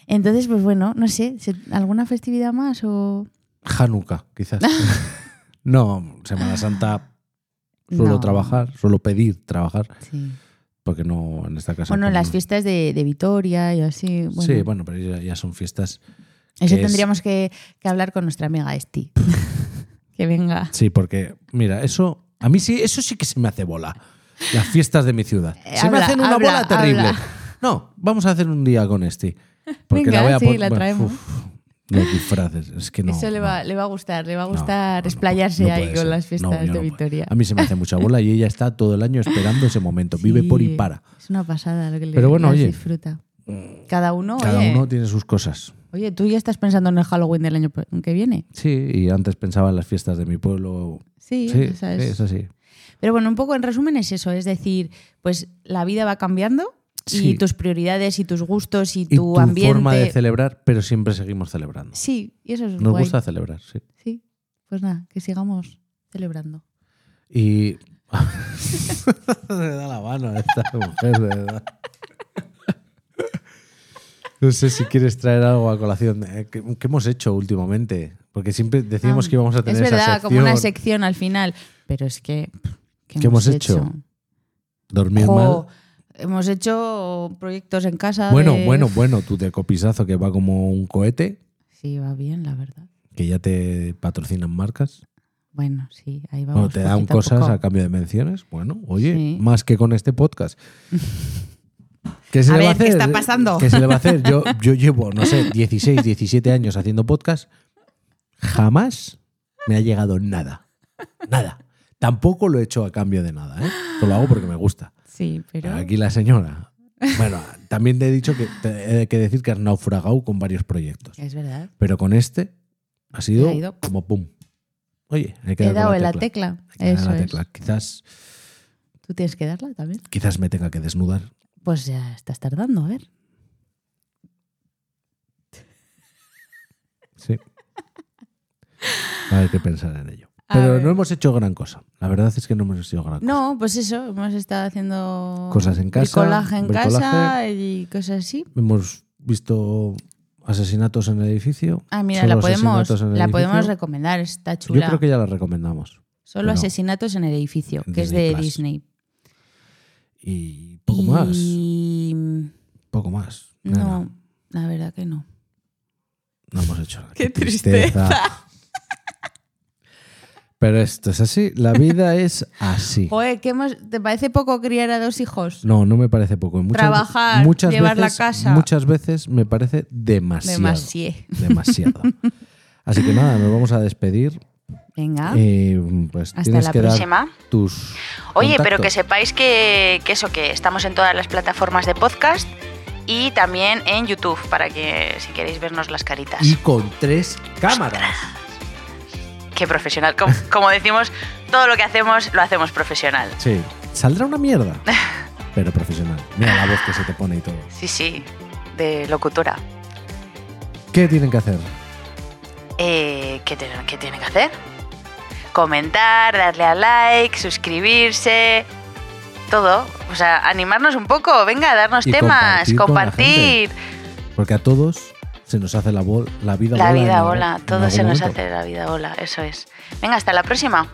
Speaker 3: Entonces, pues bueno, no sé, ¿se- ¿alguna festividad más o...?
Speaker 2: Hanukkah, quizás. no, Semana Santa suelo
Speaker 3: No.
Speaker 2: trabajar, suelo pedir trabajar,
Speaker 3: Sí.
Speaker 2: porque no en esta casa.
Speaker 3: Bueno,
Speaker 2: como
Speaker 3: las
Speaker 2: no-
Speaker 3: fiestas de, de Vitoria y así. Bueno,
Speaker 2: Sí, bueno, pero ya, ya son fiestas.
Speaker 3: eso
Speaker 2: que es-
Speaker 3: tendríamos que, que hablar con nuestra amiga Esti. que venga.
Speaker 2: Sí, porque, mira, eso. A mí sí, eso sí que se me hace bola. Las fiestas de mi ciudad.
Speaker 3: Eh,
Speaker 2: se me
Speaker 3: habla,
Speaker 2: hacen una
Speaker 3: habla,
Speaker 2: bola terrible.
Speaker 3: habla.
Speaker 2: No, vamos a hacer un día con este. Porque
Speaker 3: Venga,
Speaker 2: la voy a
Speaker 3: sí,
Speaker 2: pon-
Speaker 3: la
Speaker 2: bueno,
Speaker 3: traemos.
Speaker 2: uf, los disfraces, es que no.
Speaker 3: eso le
Speaker 2: no.
Speaker 3: va, le va a gustar, le va a
Speaker 2: No,
Speaker 3: gustar
Speaker 2: no, no,
Speaker 3: explayarse
Speaker 2: no
Speaker 3: ahí
Speaker 2: puede
Speaker 3: con
Speaker 2: ser.
Speaker 3: las
Speaker 2: No,
Speaker 3: fiestas
Speaker 2: yo
Speaker 3: de
Speaker 2: no puedo.
Speaker 3: Vitoria.
Speaker 2: A mí se me hace mucha bola y ella está todo el año esperando ese momento. Vive por y
Speaker 3: Sí,
Speaker 2: para.
Speaker 3: Es una pasada lo que le
Speaker 2: Pero bueno,
Speaker 3: las
Speaker 2: oye.
Speaker 3: disfruta. Cada uno,
Speaker 2: Cada
Speaker 3: oye,
Speaker 2: uno tiene sus cosas.
Speaker 3: oye, tú ya estás pensando en el Halloween del año que viene.
Speaker 2: Sí, y antes pensaba en las fiestas de mi pueblo.
Speaker 3: Sí,
Speaker 2: Sí,
Speaker 3: o sea,
Speaker 2: sí,
Speaker 3: es-
Speaker 2: eso sí.
Speaker 3: Pero bueno, un poco en resumen es eso, es decir, pues la vida va cambiando
Speaker 2: Sí.
Speaker 3: y tus prioridades y tus gustos y,
Speaker 2: Y
Speaker 3: tu,
Speaker 2: tu
Speaker 3: ambiente.
Speaker 2: forma de celebrar, pero siempre seguimos celebrando.
Speaker 3: sí, y eso es
Speaker 2: Nos
Speaker 3: guay.
Speaker 2: gusta celebrar, sí.
Speaker 3: Sí, pues nada, que sigamos celebrando.
Speaker 2: Y. Se da la mano a esta mujer, de verdad. No sé si quieres traer algo a colación. eh, ¿Qué, qué hemos hecho últimamente? Porque siempre decíamos
Speaker 3: Ah,
Speaker 2: que íbamos a tener
Speaker 3: Es verdad,
Speaker 2: esa sección.
Speaker 3: como una sección al final, pero es que pff, ¿qué,
Speaker 2: ¿Qué hemos hecho? Dormir
Speaker 3: Jo,
Speaker 2: mal.
Speaker 3: hemos hecho proyectos en casa.
Speaker 2: Bueno,
Speaker 3: de-
Speaker 2: bueno, bueno, tu decopisazo que va como un cohete,
Speaker 3: Sí, va bien, la verdad.
Speaker 2: que ya te patrocinan marcas.
Speaker 3: Bueno, sí, ahí vamos.
Speaker 2: Bueno, te dan
Speaker 3: poquito a
Speaker 2: cosas
Speaker 3: poco.
Speaker 2: a cambio de menciones. Bueno, oye,
Speaker 3: Sí.
Speaker 2: más que con este podcast. ¿Qué se
Speaker 3: A
Speaker 2: le va a
Speaker 3: ver, ¿qué
Speaker 2: hacer?
Speaker 3: está pasando?
Speaker 2: ¿Qué se le va a hacer? Yo, yo llevo, no sé, 16, 17 años haciendo podcast. Jamás me ha llegado nada. Nada. Tampoco lo he hecho a cambio de nada. ¿eh? Esto lo hago porque me gusta.
Speaker 3: Sí, pero.
Speaker 2: Aquí la señora. Bueno, también te he dicho que te- he que decir que has naufragado con varios proyectos.
Speaker 3: Es verdad.
Speaker 2: Pero con este ha sido
Speaker 3: Ha ido.
Speaker 2: como pum. Oye, hay que
Speaker 3: He
Speaker 2: dar con
Speaker 3: dado en la
Speaker 2: tecla.
Speaker 3: tecla.
Speaker 2: Hay que dar en
Speaker 3: Eso
Speaker 2: la
Speaker 3: es.
Speaker 2: tecla. Quizás,
Speaker 3: Tú tienes que darla también.
Speaker 2: quizás me tenga que desnudar.
Speaker 3: Pues ya estás tardando, a ver.
Speaker 2: Sí. A ver qué pensar en ello.
Speaker 3: A
Speaker 2: Pero
Speaker 3: ver.
Speaker 2: no hemos hecho gran cosa. La verdad es que no hemos hecho gran cosa.
Speaker 3: No, pues eso, hemos estado haciendo
Speaker 2: Cosas en casa,
Speaker 3: bricolaje en
Speaker 2: bricolaje.
Speaker 3: casa eh. y cosas así.
Speaker 2: Hemos visto asesinatos en el edificio.
Speaker 3: Ah, mira,
Speaker 2: Solo
Speaker 3: la podemos,
Speaker 2: asesinatos en el
Speaker 3: la podemos
Speaker 2: edificio.
Speaker 3: recomendar, está chula.
Speaker 2: Yo creo que ya la recomendamos.
Speaker 3: Solo
Speaker 2: pero-
Speaker 3: asesinatos en el edificio, que es
Speaker 2: Disney
Speaker 3: de
Speaker 2: Plus.
Speaker 3: Disney.
Speaker 2: Y poco más.
Speaker 3: Y
Speaker 2: Poco más. Nada,
Speaker 3: no, la verdad que no.
Speaker 2: no hemos hecho nada.
Speaker 3: Qué tristeza.
Speaker 2: Pero esto es así. La vida es así.
Speaker 3: Joder, ¿qué más- ¿te parece poco criar a dos hijos?
Speaker 2: No, no me parece poco. Muchas,
Speaker 3: Trabajar,
Speaker 2: muchas
Speaker 3: llevar la
Speaker 2: veces,
Speaker 3: casa.
Speaker 2: Muchas veces me parece demasiado.
Speaker 3: Demasié.
Speaker 2: Demasiado. Así que nada, nos vamos a despedir.
Speaker 3: Venga.
Speaker 2: Eh, pues
Speaker 3: Ah. Hasta
Speaker 2: tienes
Speaker 3: la
Speaker 2: que dar
Speaker 1: próxima.
Speaker 2: tus.
Speaker 1: Oye, pero que
Speaker 2: contactos.
Speaker 1: sepáis que, que eso, que estamos en todas las plataformas de podcast y también en YouTube, para que si queréis vernos las caritas.
Speaker 2: Y con tres cámaras.
Speaker 1: Qué profesional. Como, como decimos, todo lo que hacemos lo hacemos profesional.
Speaker 2: Sí. Saldrá una mierda. Pero profesional. Mira la voz que se te pone y todo.
Speaker 1: Sí, sí, de locutora.
Speaker 2: ¿Qué tienen que hacer?
Speaker 1: Eh, ¿qué, tienen- ¿Qué tienen que hacer? Comentar, darle a like, suscribirse,
Speaker 3: todo. O sea, animarnos un poco, venga, darnos
Speaker 2: Y
Speaker 3: temas,
Speaker 2: compartir con la
Speaker 3: compartir.
Speaker 2: Porque a todos se nos hace la, bol- la vida
Speaker 3: La
Speaker 2: bola.
Speaker 3: vida
Speaker 2: en-
Speaker 3: hola,
Speaker 2: en
Speaker 3: todo
Speaker 2: algún
Speaker 3: se nos
Speaker 2: momento.
Speaker 3: hace la vida hola, eso es. Venga, hasta la próxima.